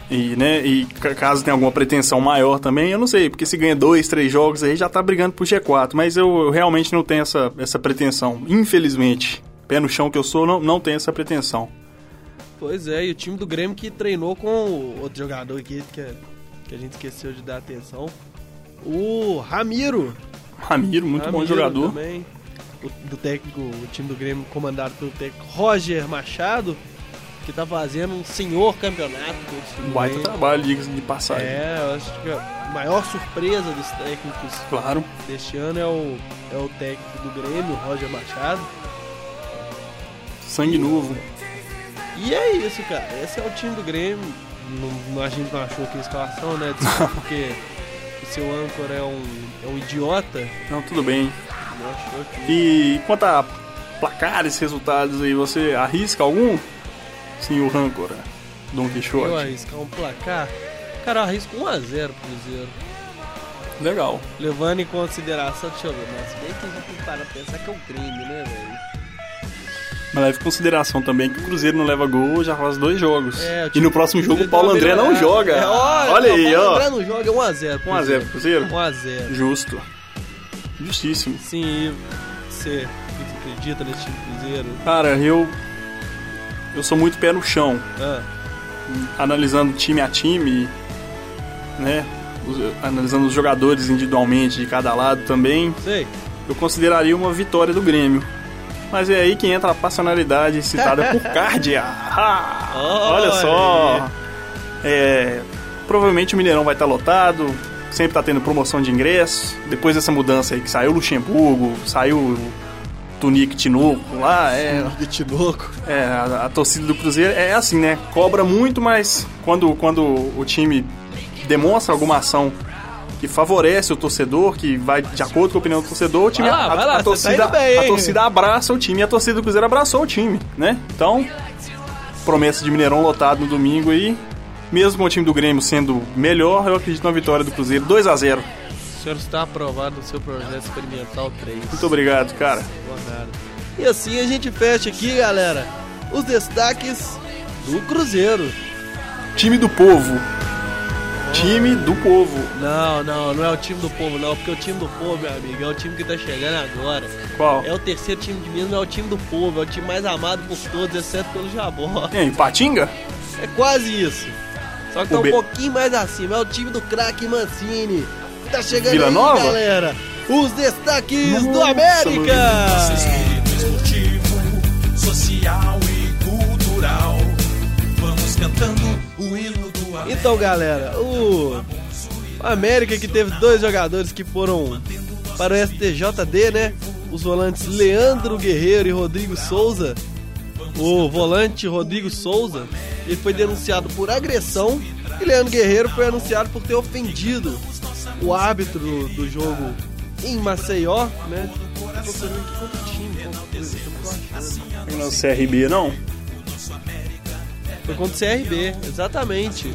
S3: E, né, e ca- caso tenha alguma pretensão maior também, eu não sei, porque se ganha dois, três jogos aí já tá brigando pro G4. Mas eu, eu realmente não tenho essa, essa pretensão. Infelizmente, pé no chão que eu sou, não, não tenho essa pretensão.
S2: Pois é, e o time do Grêmio que treinou com o outro jogador aqui, que, é- que a gente esqueceu de dar atenção. O Ramiro.
S3: Ramiro, muito bom
S2: Ramiro
S3: jogador.
S2: Também. O, do técnico, o time do Grêmio comandado pelo técnico Roger Machado, que tá fazendo um senhor campeonato. com esse time
S3: Um baita
S2: aí.
S3: trabalho, diga-se de passagem.
S2: É, eu acho que a maior surpresa dos técnicos
S3: Claro.
S2: deste ano é o, é o técnico do Grêmio, Roger Machado.
S3: Sangue novo.
S2: E é isso, cara. Esse é o time do Grêmio. Não, não- a gente não achou que a escalação, né? Desculpa, porque o seu âncora é um, é um idiota.
S3: Não, tudo bem.
S2: Não achou que.
S3: E quanto a placares, resultados aí, você arrisca algum? Sim, o Rancor, né? Dom
S2: Eu
S3: Quixote.
S2: arriscar um placar. Cara, eu arrisco 1x0 pro Cruzeiro.
S3: Legal.
S2: Levando em consideração. Deixa eu ver, mas bem que a gente tem que parar pra pensar que é um crime, né, velho?
S3: Mas leva em consideração também que o Cruzeiro não leva gol já faz dois jogos.
S2: É, o
S3: e
S2: time
S3: no próximo jogo o
S2: Cruzeiro deu
S3: Paulo
S2: uma
S3: André não
S2: melhorada.
S3: joga.
S2: É,
S3: olha aí,
S2: O Paulo
S3: ó.
S2: André não joga, é 1x0.
S3: 1x0 pro Cruzeiro?
S2: 1x0.
S3: Justo. Justíssimo.
S2: Sim, e você você acredita nesse time do Cruzeiro?
S3: Cara, eu. Eu sou muito pé no chão.
S2: Ah,
S3: analisando time a time, né? os- analisando os jogadores individualmente de cada lado também,
S2: sei.
S3: eu consideraria uma vitória do Grêmio. Mas é aí que entra a passionalidade citada por Cardia. Ah,
S2: Olha
S3: olha só! É, provavelmente o Mineirão vai estar lotado, sempre tá tendo promoção de ingressos. Depois dessa mudança aí que saiu Luxemburgo, saiu o Tunique Tinoco lá, é,
S2: De Tinoco.
S3: é, a, a torcida do Cruzeiro é assim, né? Cobra muito, mas quando, quando o time demonstra alguma ação que favorece o torcedor, que vai de acordo com a opinião do torcedor, o time,
S2: Vai lá,
S3: a,
S2: vai lá,
S3: a
S2: você tá
S3: torcida,
S2: indo bem,
S3: a
S2: hein?
S3: torcida abraça o time e a torcida do Cruzeiro abraçou o time, né? Então, promessa de Mineirão lotado no domingo aí. Mesmo o time do Grêmio sendo melhor, eu acredito na vitória do Cruzeiro 2 a 0
S2: O senhor está aprovado no seu projeto experimental 3.
S3: Muito obrigado, cara.
S2: obrigado. E assim a gente fecha aqui, galera, os destaques do Cruzeiro.
S3: Time do povo. Time do povo.
S2: Não, não, não é o time do povo, não, porque o time do povo, meu amigo, é o time que tá chegando agora.
S3: Qual?
S2: É o terceiro time de Minas, mas é o time do povo, é o time mais amado por todos, exceto pelo Jabó.
S3: É, Ipatinga?
S2: [LAUGHS] É quase isso. Só que tá
S3: O
S2: um
S3: B-
S2: pouquinho mais acima. É o time do craque Mancini. Tá chegando
S3: Vila
S2: aí,
S3: Nova?
S2: galera. Os destaques do
S3: Nossa,
S2: América.
S6: espírito esportivo, social e cultural. Vamos cantando o hino do América.
S2: Então, galera, o América que teve dois jogadores que foram para o STJD, né? Os volantes Leandro Guerreiro e Rodrigo Souza. O volante Rodrigo Souza, ele foi denunciado por agressão e Leandro Guerreiro foi anunciado por ter ofendido o árbitro do jogo em Maceió, né?
S6: coração. Enaltecemos assim a
S3: Não é o CRB, não?
S2: Foi contra o CRB, exatamente.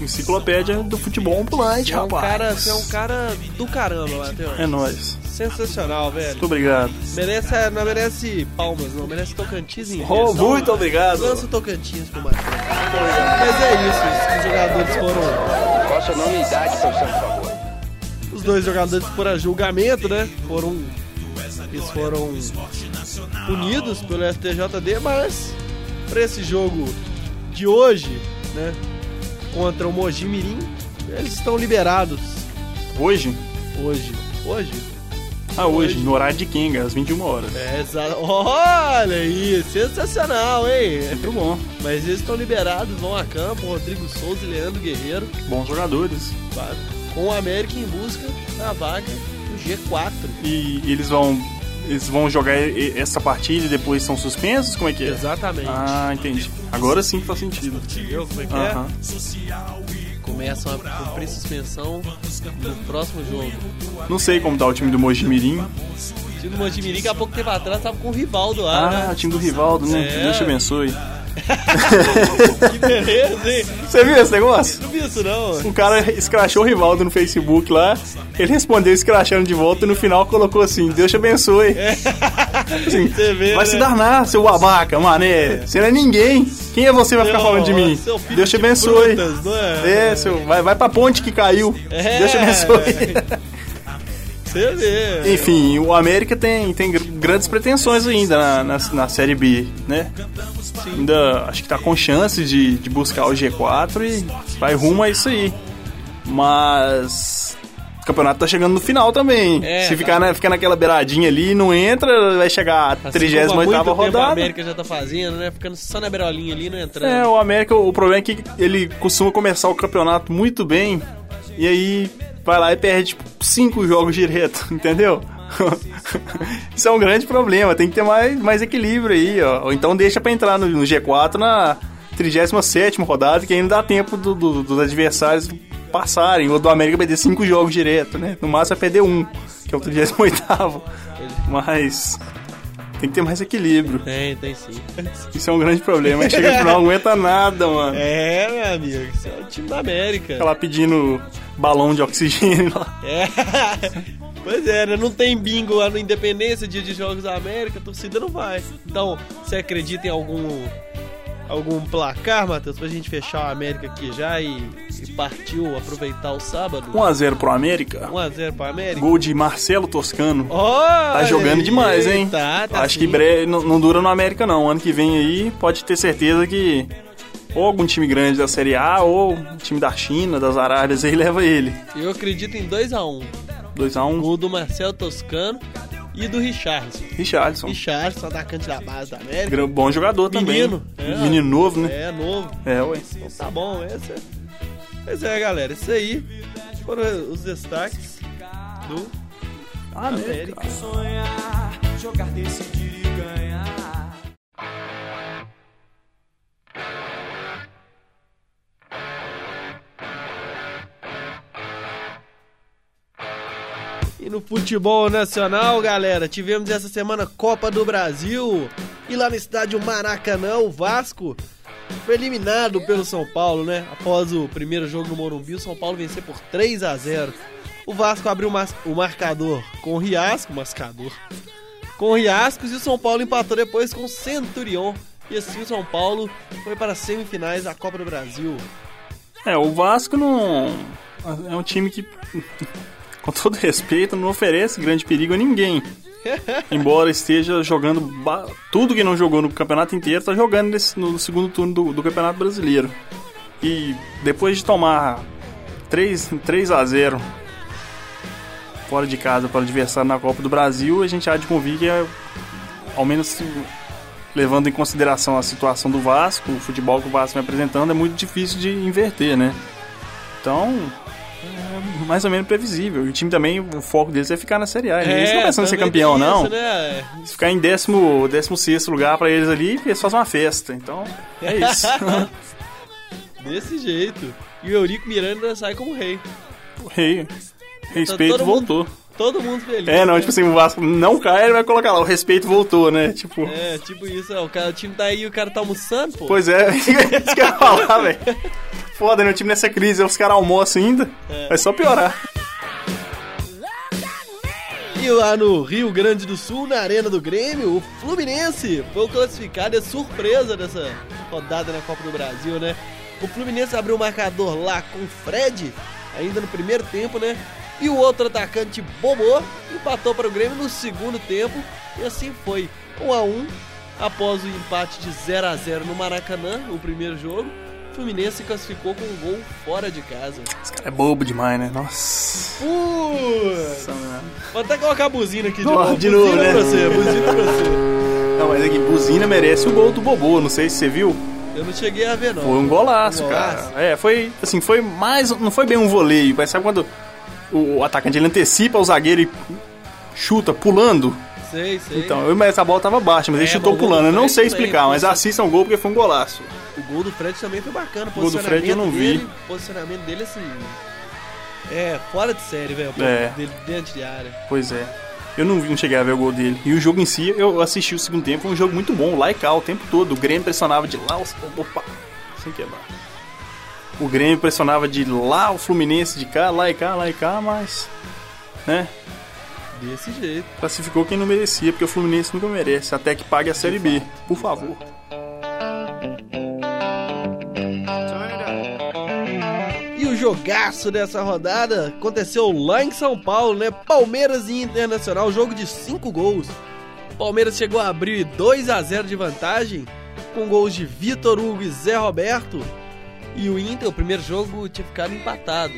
S3: Enciclopédia do futebol ambulante,
S2: É um
S3: rapaz.
S2: cara, você é um cara do caramba, Matheus.
S3: É nóis.
S2: Sensacional, velho.
S3: Muito obrigado.
S2: Merece, é, não merece palmas, não. Merece Tocantins em né?
S3: Oh, muito obrigado.
S2: Lança o Tocantins pro Matheus. Mas é isso, os jogadores foram...
S7: Qual a sua nome e idade, professor, por favor?
S2: Os dois jogadores foram a julgamento, né? Foram... Eles foram punidos pelo STJD, mas pra esse jogo de hoje, né? Contra o Mogi Mirim, eles estão liberados
S3: Hoje?
S2: hoje. Hoje?
S3: Ah, hoje, no horário de Kinga, às 21 horas.
S2: É, exa- Olha aí, sensacional, hein?
S3: Muito É bom.
S2: Mas eles estão liberados, vão a campo, Rodrigo Souza e Leandro Guerreiro,
S3: Bons jogadores.
S2: claro, com o América em busca da vaga do G4.
S3: E eles vão. Eles vão jogar e- essa partida e depois são suspensos? Como é que é?
S2: Exatamente.
S3: Ah, entendi. Agora sim que faz sentido.
S2: Entendeu como é que
S3: Aham.
S2: é? Começam a cumprir suspensão no próximo jogo.
S3: Não sei como tá o time do Mogi Mirim.
S2: O time do Mojimirim, que há pouco tempo atrás, tava com o Rivaldo lá,
S3: Ah,
S2: né?
S3: o time do Rivaldo, né?
S2: É.
S3: Deus te abençoe.
S2: Que [LAUGHS] beleza, hein?
S3: Você viu esse negócio?
S2: Não vi isso, não.
S3: Um cara escrachou o Rivaldo no Facebook lá, ele respondeu escrachando de volta e no final colocou assim, Deus te abençoe. Assim,
S2: É. Você vê,
S3: vai
S2: né?
S3: se danar, seu babaca, mané. Você não é ninguém. Quem é você pra ficar
S2: Seu-
S3: falando de mim?
S2: seu filho
S3: Deus te
S2: de
S3: abençoe.
S2: frutas, não é?
S3: É, seu, vai, vai pra ponte que caiu.
S2: É.
S3: Deus
S2: [LAUGHS]
S3: te abençoe.
S2: Você vê.
S3: Enfim, o América tem, tem gr- grandes pretensões ainda na, na, na Série B, né? Ainda acho que tá com chance de, de buscar o G4 e vai rumo a isso aí. Mas o campeonato tá chegando no final também.
S2: É,
S3: Se
S2: tá.
S3: ficar, na, ficar naquela beiradinha ali e não entra, vai chegar a
S2: Assim como há muito
S3: 38
S2: tempo A
S3: rodada.
S2: América já tá fazendo, né? Ficando só na beirolinha ali, não entrando.
S3: É, o América, o problema é que ele costuma começar o campeonato muito bem e aí vai lá e perde tipo, cinco jogos direto, [LAUGHS] entendeu? Isso é um grande problema, tem que ter mais, mais equilíbrio aí, ó. Ou então deixa pra entrar no, no G4 na 37 rodada, que ainda dá tempo do- do- dos adversários passarem, ou do América perder cinco jogos direto, né? No máximo é perder um, que é o 38. Mas tem que ter mais equilíbrio.
S2: Tem, tem sim.
S3: Isso é um grande problema. Aí chega no final, não aguenta nada,
S2: [LAUGHS]
S3: mano.
S2: É, meu amigo, isso é o time da América.
S3: Fica lá pedindo balão de oxigênio lá.
S2: É. [LAUGHS] Pois é, né? não tem bingo lá no Independência, dia de Jogos da América, a torcida não vai. Então, você acredita em algum algum placar, Matheus, pra gente fechar a América aqui já e, e partiu aproveitar o sábado?
S3: 1x0 pro América.
S2: 1x0 pra América?
S3: Gol de Marcelo Toscano.
S2: Olha
S3: Tá jogando
S2: aí,
S3: demais, hein?
S2: Tá, tá
S3: Acho
S2: sim.
S3: que breve, não, não dura no América, não. Ano que vem aí, pode ter certeza que ou algum time grande da Série A ou um time da China, das Arábias, aí leva ele.
S2: Eu acredito em 2x1.
S3: 2x1,
S2: Gol do Marcelo Toscano e do Richardson.
S3: Richardson.
S2: Richardson, atacante da base da América.
S3: Gran- Bom jogador
S2: Menino.
S3: também.
S2: É.
S3: Menino novo, né?
S2: É, novo.
S3: É, ué.
S2: Então tá bom, essa. Pois é, galera, isso aí foram os destaques do América.
S5: Ah, Sonhar, jogar, decidir e ganhar.
S2: E no futebol nacional, galera, tivemos essa semana Copa do Brasil. E lá no estádio Maracanã, o Vasco foi eliminado pelo São Paulo, né? Após o primeiro jogo no Morumbi, o São Paulo venceu por 3 a 0 O Vasco abriu o mas- o marcador com o Riasco, mascador, com o Riascos e o São Paulo empatou depois com o Centurion. E assim o São Paulo foi para as semifinais da Copa do Brasil.
S3: É, o Vasco não. É um time que, [LAUGHS] com todo respeito, não oferece grande perigo a ninguém. Embora esteja jogando ba- tudo que não jogou no campeonato inteiro, está jogando nesse- no segundo turno do, do Campeonato Brasileiro. E depois de tomar 3, 3 a 0 fora de casa para o adversário na Copa do Brasil, a gente há de convir que, é, ao menos levando em consideração a situação do Vasco, o futebol que o Vasco vem apresentando, é muito difícil de inverter, né? Então, é mais ou menos previsível. E o time também, o foco deles é ficar na Série A. eles não pensam em ser
S2: também
S3: campeão,
S2: tem
S3: não.
S2: isso, né?
S3: Se ficar em 16 décimo sexto lugar pra eles ali, eles fazem uma festa. Então, é
S2: [LAUGHS]
S3: isso.
S2: Desse jeito. E o Eurico Miranda sai como rei.
S3: o rei,
S2: Tá
S3: respeito,
S2: todo mundo-
S3: voltou.
S2: Todo mundo feliz.
S3: É, não, tipo assim, o Vasco não cai, ele vai colocar lá, o respeito voltou, né? Tipo,
S2: É, tipo isso, ó, o, cara, o time tá aí e o cara tá almoçando, pô.
S3: pois é, [LAUGHS] isso que eu ia falar, velho. Foda, né? O time nessa crise, os caras almoçam ainda,
S2: É.
S3: vai só piorar.
S2: E lá no Rio Grande do Sul, na Arena do Grêmio, o Fluminense foi o classificado, é surpresa dessa rodada na Copa do Brasil, né? O Fluminense abriu o marcador lá com o Fred, ainda no primeiro tempo, né? E o outro atacante bobou, empatou para o Grêmio no segundo tempo, e assim foi, 1 a 1 após o empate de 0 a 0 no Maracanã, o primeiro jogo. O Fluminense se classificou com um gol fora de casa.
S3: Esse cara é bobo demais, né? Nossa.
S2: Putz! Vou até colocar a buzina aqui de
S3: Nossa,
S2: novo.
S3: de novo,
S2: buzina
S3: né?
S2: pra você, buzina pra você.
S3: Não, mas é que buzina merece o gol do Bobô, não sei se você viu.
S2: Eu não cheguei a ver, não.
S3: Foi um golaço,
S2: Um golaço.
S3: cara. É, foi assim, foi mais. Não foi bem um voleio, mas sabe quando o o atacante ele antecipa o zagueiro e chuta, pulando?
S2: Sei, sei.
S3: Então, eu, mas essa bola tava baixa, mas ele
S2: É,
S3: chutou
S2: mas o gol
S3: pulando.
S2: do
S3: Eu não
S2: Fred
S3: sei
S2: também,
S3: explicar,
S2: foi
S3: mas
S2: um-
S3: assista um gol porque foi um golaço.
S2: O gol do Fred também foi bacana. O
S3: gol do Fred eu não vi.
S2: Dele, posicionamento dele, assim... É, fora de série, velho.
S3: É.
S2: Dele dentro de área.
S3: Pois é. Eu não, vi- não cheguei a ver o gol dele. E o jogo em si, eu assisti o segundo tempo, foi um jogo muito bom, lá e cá, o tempo todo. O Grêmio pressionava de lá, o- opa, sem quebrar. O Grêmio pressionava de lá, o Fluminense de cá, lá e cá, lá e cá, mas. Né?
S2: Desse jeito.
S3: Classificou quem não merecia, porque o Fluminense nunca merece, até que pague a Série B. Por favor.
S2: E o jogaço dessa rodada aconteceu lá em São Paulo, né? Palmeiras e Internacional, jogo de 5 gols. O Palmeiras chegou a abrir 2 a 0 de vantagem, com gols de Vitor Hugo e Zé Roberto. E o Inter, o primeiro jogo, tinha ficado empatado.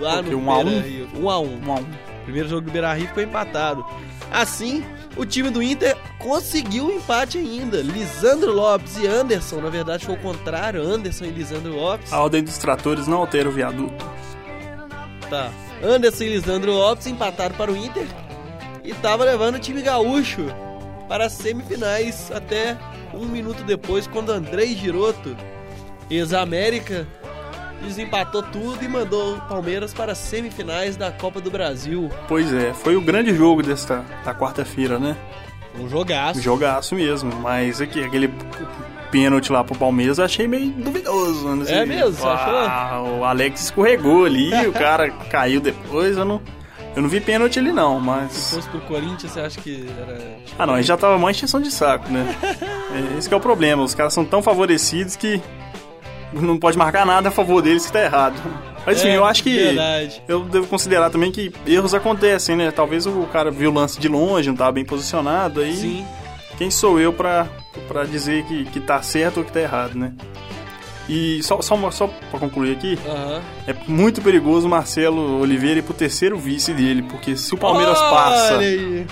S2: Lá
S3: Porque
S2: no
S3: um a um?
S2: Beira-Rio. 1 a 1
S3: Um a um.
S2: Primeiro jogo do Beira-Rio ficou empatado. Assim, o time do Inter conseguiu o empate ainda. Lisandro Lopes e Anderson, na verdade foi o contrário, Anderson e Lisandro Lopes.
S3: A ordem dos tratores não altera o viaduto.
S2: Tá. Anderson e Lisandro Lopes empataram para o Inter e tava levando o time gaúcho para as semifinais até um minuto depois, quando Andrei Giroto, ex-América, desempatou tudo e mandou o Palmeiras para as semifinais da Copa do Brasil.
S3: Pois é, foi o grande jogo desta da quarta-feira, né?
S2: Um jogaço.
S3: Jogaço mesmo, mas aqui, aquele pênalti lá pro Palmeiras eu achei meio duvidoso. Né?
S2: É mesmo? Você
S3: Ah, O Alex escorregou ali, o cara [LAUGHS] caiu depois, eu não, eu não vi pênalti ali não,
S2: Se
S3: mas...
S2: fosse pro Corinthians, você acha que era.
S3: Ah não, aí já tava mais extensão de saco, né? É, esse que é o problema, os caras são tão favorecidos que não pode marcar nada a favor deles que tá errado. Mas assim,
S2: É,
S3: eu acho que...
S2: Verdade.
S3: Eu devo considerar também que erros acontecem, né? Talvez o cara viu o lance de longe, não tava bem posicionado, aí
S2: Sim.
S3: quem sou eu pra, pra dizer que, que tá certo ou que tá errado, né? E só, só, uma- só pra concluir aqui,
S2: Aham.
S3: é muito perigoso o Marcelo Oliveira ir pro terceiro vice dele, porque se o Palmeiras
S2: Olha
S3: passa
S2: aí.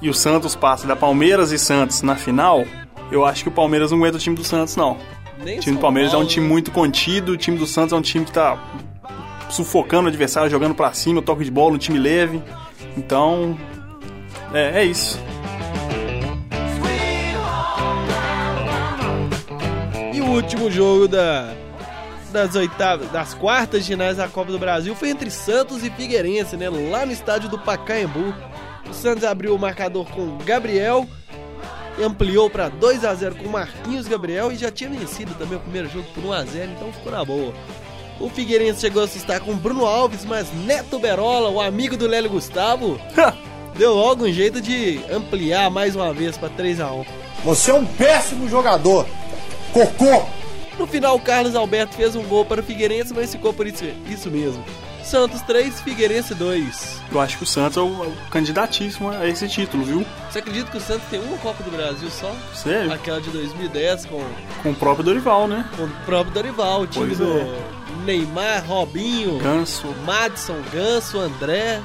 S3: e o Santos passa da Palmeiras e Santos na final, eu acho que o Palmeiras não aguenta o time do Santos, não.
S2: Nem
S3: O time
S2: São
S3: do Palmeiras é um
S2: Paulo,
S3: time
S2: né?
S3: muito contido, o time do Santos é um time que tá sufocando o adversário, jogando pra cima, toque de bola, um time leve. Então, é, é isso. [LAUGHS]
S2: E o último jogo da, das oitavas, das quartas de finais da Copa do Brasil foi entre Santos e Figueirense, né? Lá no estádio do Pacaembu. O Santos abriu o marcador com o Gabriel, ampliou para 2 a 0 com o Marquinhos Gabriel e já tinha vencido também o primeiro jogo por 1 a 0, então ficou na boa. O Figueirense chegou a se estar com Bruno Alves, mas Neto Berola, o amigo do Lélio Gustavo, deu logo um jeito de ampliar mais uma vez para 3 a 1.
S8: Você é um péssimo jogador. Cocô.
S2: No final, Carlos Alberto fez um gol para o Figueirense, mas ficou por isso, isso mesmo. Santos 3, Figueirense 2.
S3: Eu acho que o Santos é o, é o candidatíssimo a esse título, viu?
S2: Você acredita que o Santos tem uma Copa do Brasil só?
S3: Sério?
S2: Aquela de 2010 com,
S3: Com o próprio Dorival, né?
S2: com o próprio Dorival, o time
S3: Pois é.
S2: do Neymar, Robinho,
S3: Ganso.
S2: Madison, Ganso, André,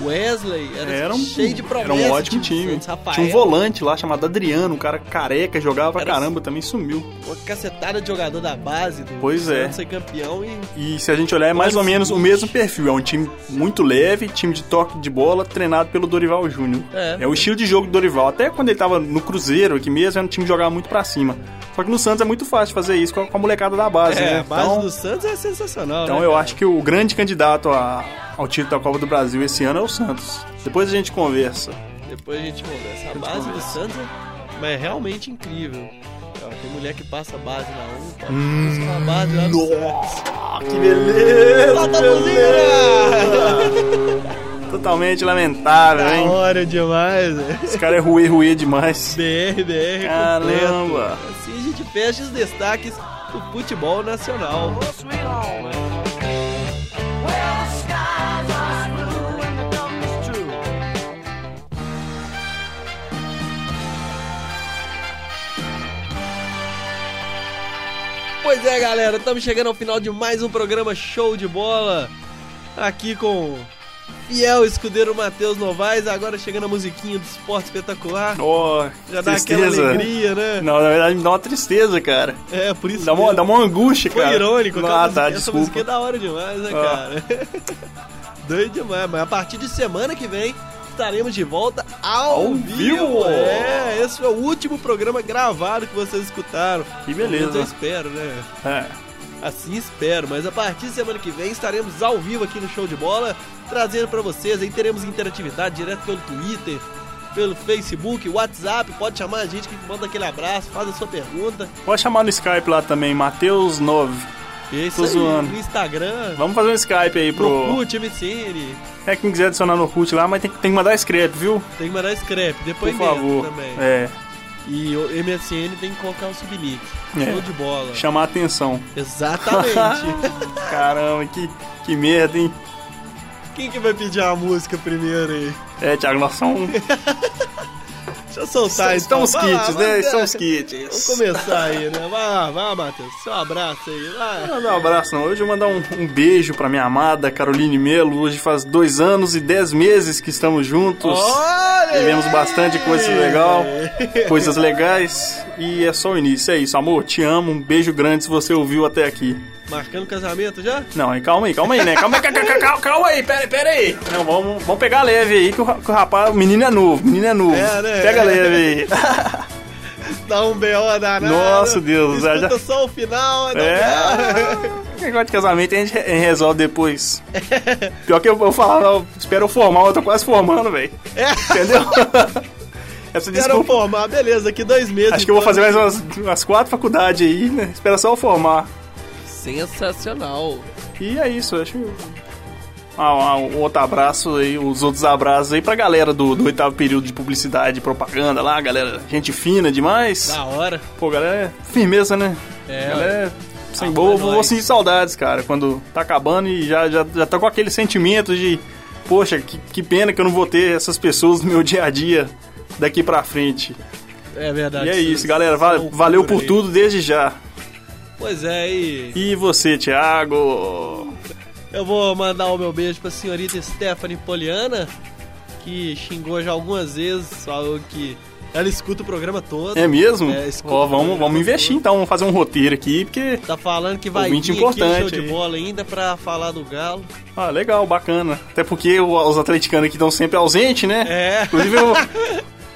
S2: Wesley. Era, assim,
S3: Era um,
S2: cheio de promessas.
S3: era um ótimo
S2: do
S3: time.
S2: Santos, Rafael,
S3: Tinha um volante lá chamado Adriano, um cara careca, jogava pra
S2: Era-
S3: caramba, também sumiu.
S2: Uma cacetada de jogador da base do
S3: Pois é.
S2: Santos ser campeão e
S3: E se a gente olhar, é mais ou menos o mesmo perfil. É um time muito leve, time de toque de bola, treinado pelo Dorival Júnior.
S2: É.
S3: o estilo de jogo do Dorival. Até quando ele tava no Cruzeiro aqui mesmo, era um time que jogava muito pra cima. Só que no Santos é muito fácil fazer isso com a, com a molecada da base,
S2: É,
S3: né?
S2: a base
S3: então,
S2: do Santos é sensacional.
S3: então
S2: né,
S3: eu
S2: cara?
S3: acho que o grande candidato a, ao título da Copa do Brasil esse ano é o Santos. Depois a gente conversa.
S2: Depois a gente conversa. A base do Santos é- mas é realmente incrível. Ó, Tem mulher que passa a base na um, passa a base lá no Ah,
S3: Que beleza!
S2: Solta a [LAUGHS] mãozinha!
S3: Totalmente lamentável,
S2: Da
S3: hein?
S2: hora demais, né?
S3: Esse cara é ruê, ruê demais.
S2: BR, BR completo.
S3: Caramba!
S2: Assim a gente fecha os destaques do futebol nacional. Pois é, galera, estamos chegando ao final de mais um programa Show de Bola. Aqui com o fiel escudeiro Matheus Novaes, agora chegando a musiquinha do esporte espetacular.
S3: Oh,
S2: Já dá aquela
S3: tristeza.
S2: alegria, né?
S3: Não, na verdade me dá uma tristeza, cara.
S2: É, por isso
S3: Dá uma,
S2: mesmo.
S3: dá uma angústia,
S2: Foi
S3: cara.
S2: irônico, aquela
S3: Ah, tá,
S2: musiquinha- Essa música é
S3: desculpa.
S2: da hora demais, né,
S3: Ah.
S2: cara? [LAUGHS] Doido demais, mas a partir de semana que vem estaremos de volta ao,
S3: Ao vivo!
S2: É, esse foi o último programa gravado que vocês escutaram.
S3: Que
S2: Pelo menos Eu
S3: beleza.
S2: espero, né?
S3: É.
S2: Assim espero, mas a partir de semana que vem estaremos ao vivo aqui no Show de Bola, trazendo pra vocês, aí teremos interatividade direto pelo Twitter, pelo Facebook, WhatsApp, pode chamar a gente que manda aquele abraço, faz a sua pergunta.
S3: Pode chamar no Skype lá também, Matheus 9.
S2: E é isso
S3: Tô
S2: aí,
S3: zoando.
S2: no Instagram,
S3: Vamos fazer um Skype aí
S2: pro
S3: pro.
S2: Cut, MCN,
S3: É quem quiser adicionar no Orkut lá, mas tem, que- tem que mandar escreto, viu?
S2: tem que mandar scrap,
S3: Por
S2: depois
S3: favor.
S2: também.
S3: É,
S2: E o MSN tem que colocar um sublink.
S3: É.
S2: Show de bola.
S3: chamar a atenção. [LAUGHS]
S2: Exatamente.
S3: Caramba, que, que merda, hein?
S2: Quem que vai pedir a música primeiro aí?
S3: É, Thiago, nós
S2: [LAUGHS]
S3: somos.
S2: Deixa eu soltar então.
S3: Estão os
S2: Vai lá,
S3: kits,
S2: vai lá.
S3: né? Estão os
S2: Vamos
S3: kits.
S2: começar aí, né? Vai lá, vai lá, Matheus. Seu abraço aí, vai.
S3: Não dá um abraço, não. Hoje eu vou mandar um, um beijo pra minha amada Caroline Melo. Hoje faz dois anos e dez meses que estamos juntos.
S2: Olha!
S3: Vivemos bastante coisas legal,
S2: É.
S3: coisas legais. E é só o início, é isso. Amor, te amo. Um beijo grande se você ouviu até aqui.
S2: Marcando casamento já?
S3: Não, aí calma aí, calma aí, né? Calma aí, [LAUGHS] calma, calma, calma, calma aí, pera aí, pera aí. Não, vamos, vamos pegar leve aí, que o, ra- que o rapaz, o menino é novo, o menino é novo.
S2: É, né?
S3: Pega
S2: [LAUGHS]
S3: leve aí.
S2: Dá um B.O. danado.
S3: Nossa, Deus, já-
S2: Escuta só o final. dá um
S3: É. [LAUGHS] Negócio de casamento a gente re- resolve depois. Pior que eu vou falar, eu espero eu formar, eu tô quase formando, velho.
S2: É.
S3: Entendeu?
S2: [LAUGHS]
S3: Essa
S2: Quero
S3: desculpa.
S2: formar, beleza, daqui dois meses.
S3: Acho que eu vou
S2: então.
S3: fazer mais umas, umas quatro faculdades aí, né? Espera só eu formar.
S2: Sensacional.
S3: E é isso, acho que. Ah, ah, um outro abraço aí, os outros abraços aí pra galera do, do oitavo período de publicidade e propaganda lá, galera. Gente fina demais.
S2: Da hora.
S3: Pô, galera, é firmeza, né?
S2: É,
S3: galera, é sem
S2: Ah, é
S3: boa, vou, vou
S2: nóis.
S3: sentir saudades, cara, quando tá acabando e já, já, já tá com aquele sentimento de, poxa, que, que pena que eu não vou ter essas pessoas no meu dia a dia daqui pra frente.
S2: É verdade.
S3: E é isso, galera, va-
S2: loucura
S3: valeu por
S2: aí.
S3: tudo desde já.
S2: Pois é, e
S3: E você, Thiago?
S2: eu vou mandar o meu beijo pra senhorita Stephanie Poliana, que xingou já algumas vezes, falou que ela escuta o programa todo.
S3: É mesmo?
S2: É, escuta,
S3: Ó, vamos, vamos
S2: né?
S3: investir então, vamos fazer um roteiro aqui, porque.
S2: Tá falando que vai
S3: Ouvinte
S2: vir aqui no show
S3: importante
S2: de
S3: aí.
S2: bola ainda pra falar do Galo.
S3: Ah, legal, bacana. Até porque o- os atleticanos aqui estão sempre ausentes, né?
S2: É, [LAUGHS]
S3: Inclusive, eu,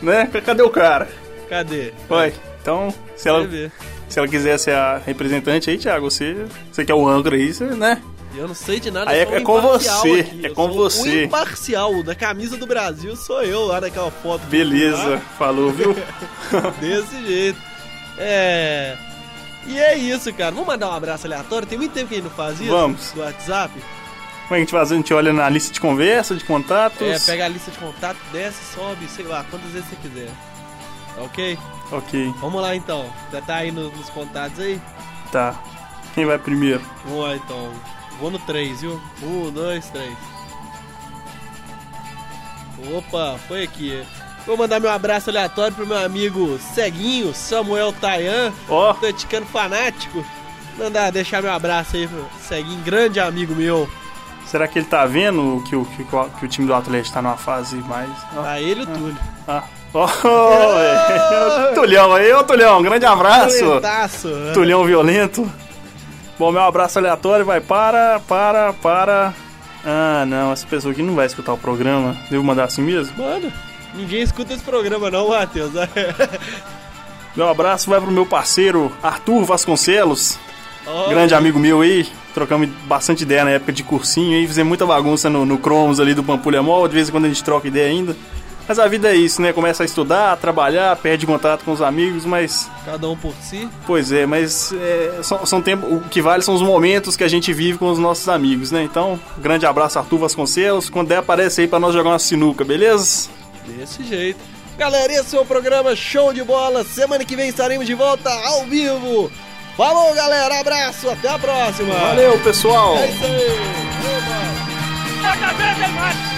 S3: né? Cadê o cara?
S2: cadê?
S3: Oi. Então, se ela,
S2: É. Vai ver.
S3: se ela quiser ser a representante aí, Thiago, você, você que é o âncora aí, você, né?
S2: Eu não sei de nada. eu
S3: Aí é-
S2: sou um
S3: é com
S2: imparcial
S3: você,
S2: aqui,
S3: é
S2: eu
S3: com
S2: sou
S3: você.
S2: O imparcial da camisa do Brasil sou eu, lá naquela foto. Ah.
S3: Beleza, falou, viu?
S2: Desse jeito. É. E é isso, cara. Vamos mandar um abraço aleatório? Tem muito tempo que a gente não faz isso.
S3: Vamos.
S2: Do WhatsApp.
S3: Como é que a gente faz? A gente olha na lista de conversa, de contatos.
S2: É, pega a lista de contato, desce, sobe, sei lá, quantas vezes você quiser. Ok?
S3: Ok,
S2: Vamos lá então. Já tá aí no- nos contatos aí?
S3: tá. Quem vai primeiro?
S2: Vamos lá então. Vou no 3, viu? 1, 2, 3. Opa, foi aqui. Vou mandar meu abraço aleatório pro meu amigo ceguinho, Samuel Tayan.
S3: Ó,
S2: atleticano fanático. Mandar deixar meu abraço aí pro Seguinho, grande amigo meu.
S3: será que ele tá vendo que o, que, o- que o time do Atlético tá numa fase mais. Ó,
S2: Pra ele e o Túlio.
S3: ó. [LAUGHS] Ó, é, Ah, Tulhão aí, ô Tulhão, um grande abraço.
S2: Talentaço.
S3: Tulhão violento. Bom, meu abraço aleatório vai para, para, para. Ah, não, essa pessoa aqui não vai escutar o programa. Devo mandar assim mesmo?
S2: Mano, ninguém escuta esse programa não, Matheus. [LAUGHS]
S3: Meu abraço vai pro meu parceiro Arthur Vasconcelos. grande amigo meu aí. Trocamos bastante ideia na época de cursinho aí, fizemos muita bagunça no, no Cromos ali do Pampulha Mall, de vez em quando a gente troca ideia ainda. Mas a vida é isso, né? Começa a estudar, a trabalhar, perde contato com os amigos, mas
S2: Cada um por si.
S3: Pois é, mas é, são, são tempo, o que vale são os momentos que a gente vive com os nossos amigos, né? Então, grande abraço, Arthur Vasconcelos. Quando der, aparece aí pra nós jogar uma sinuca, beleza?
S2: Desse jeito. Galera, esse é o programa Show de Bola. Semana que vem estaremos de volta ao vivo. Falou, galera. Abraço. Até a próxima.
S3: Valeu, pessoal!
S2: É isso aí. Oba.
S9: Cada vez é mais.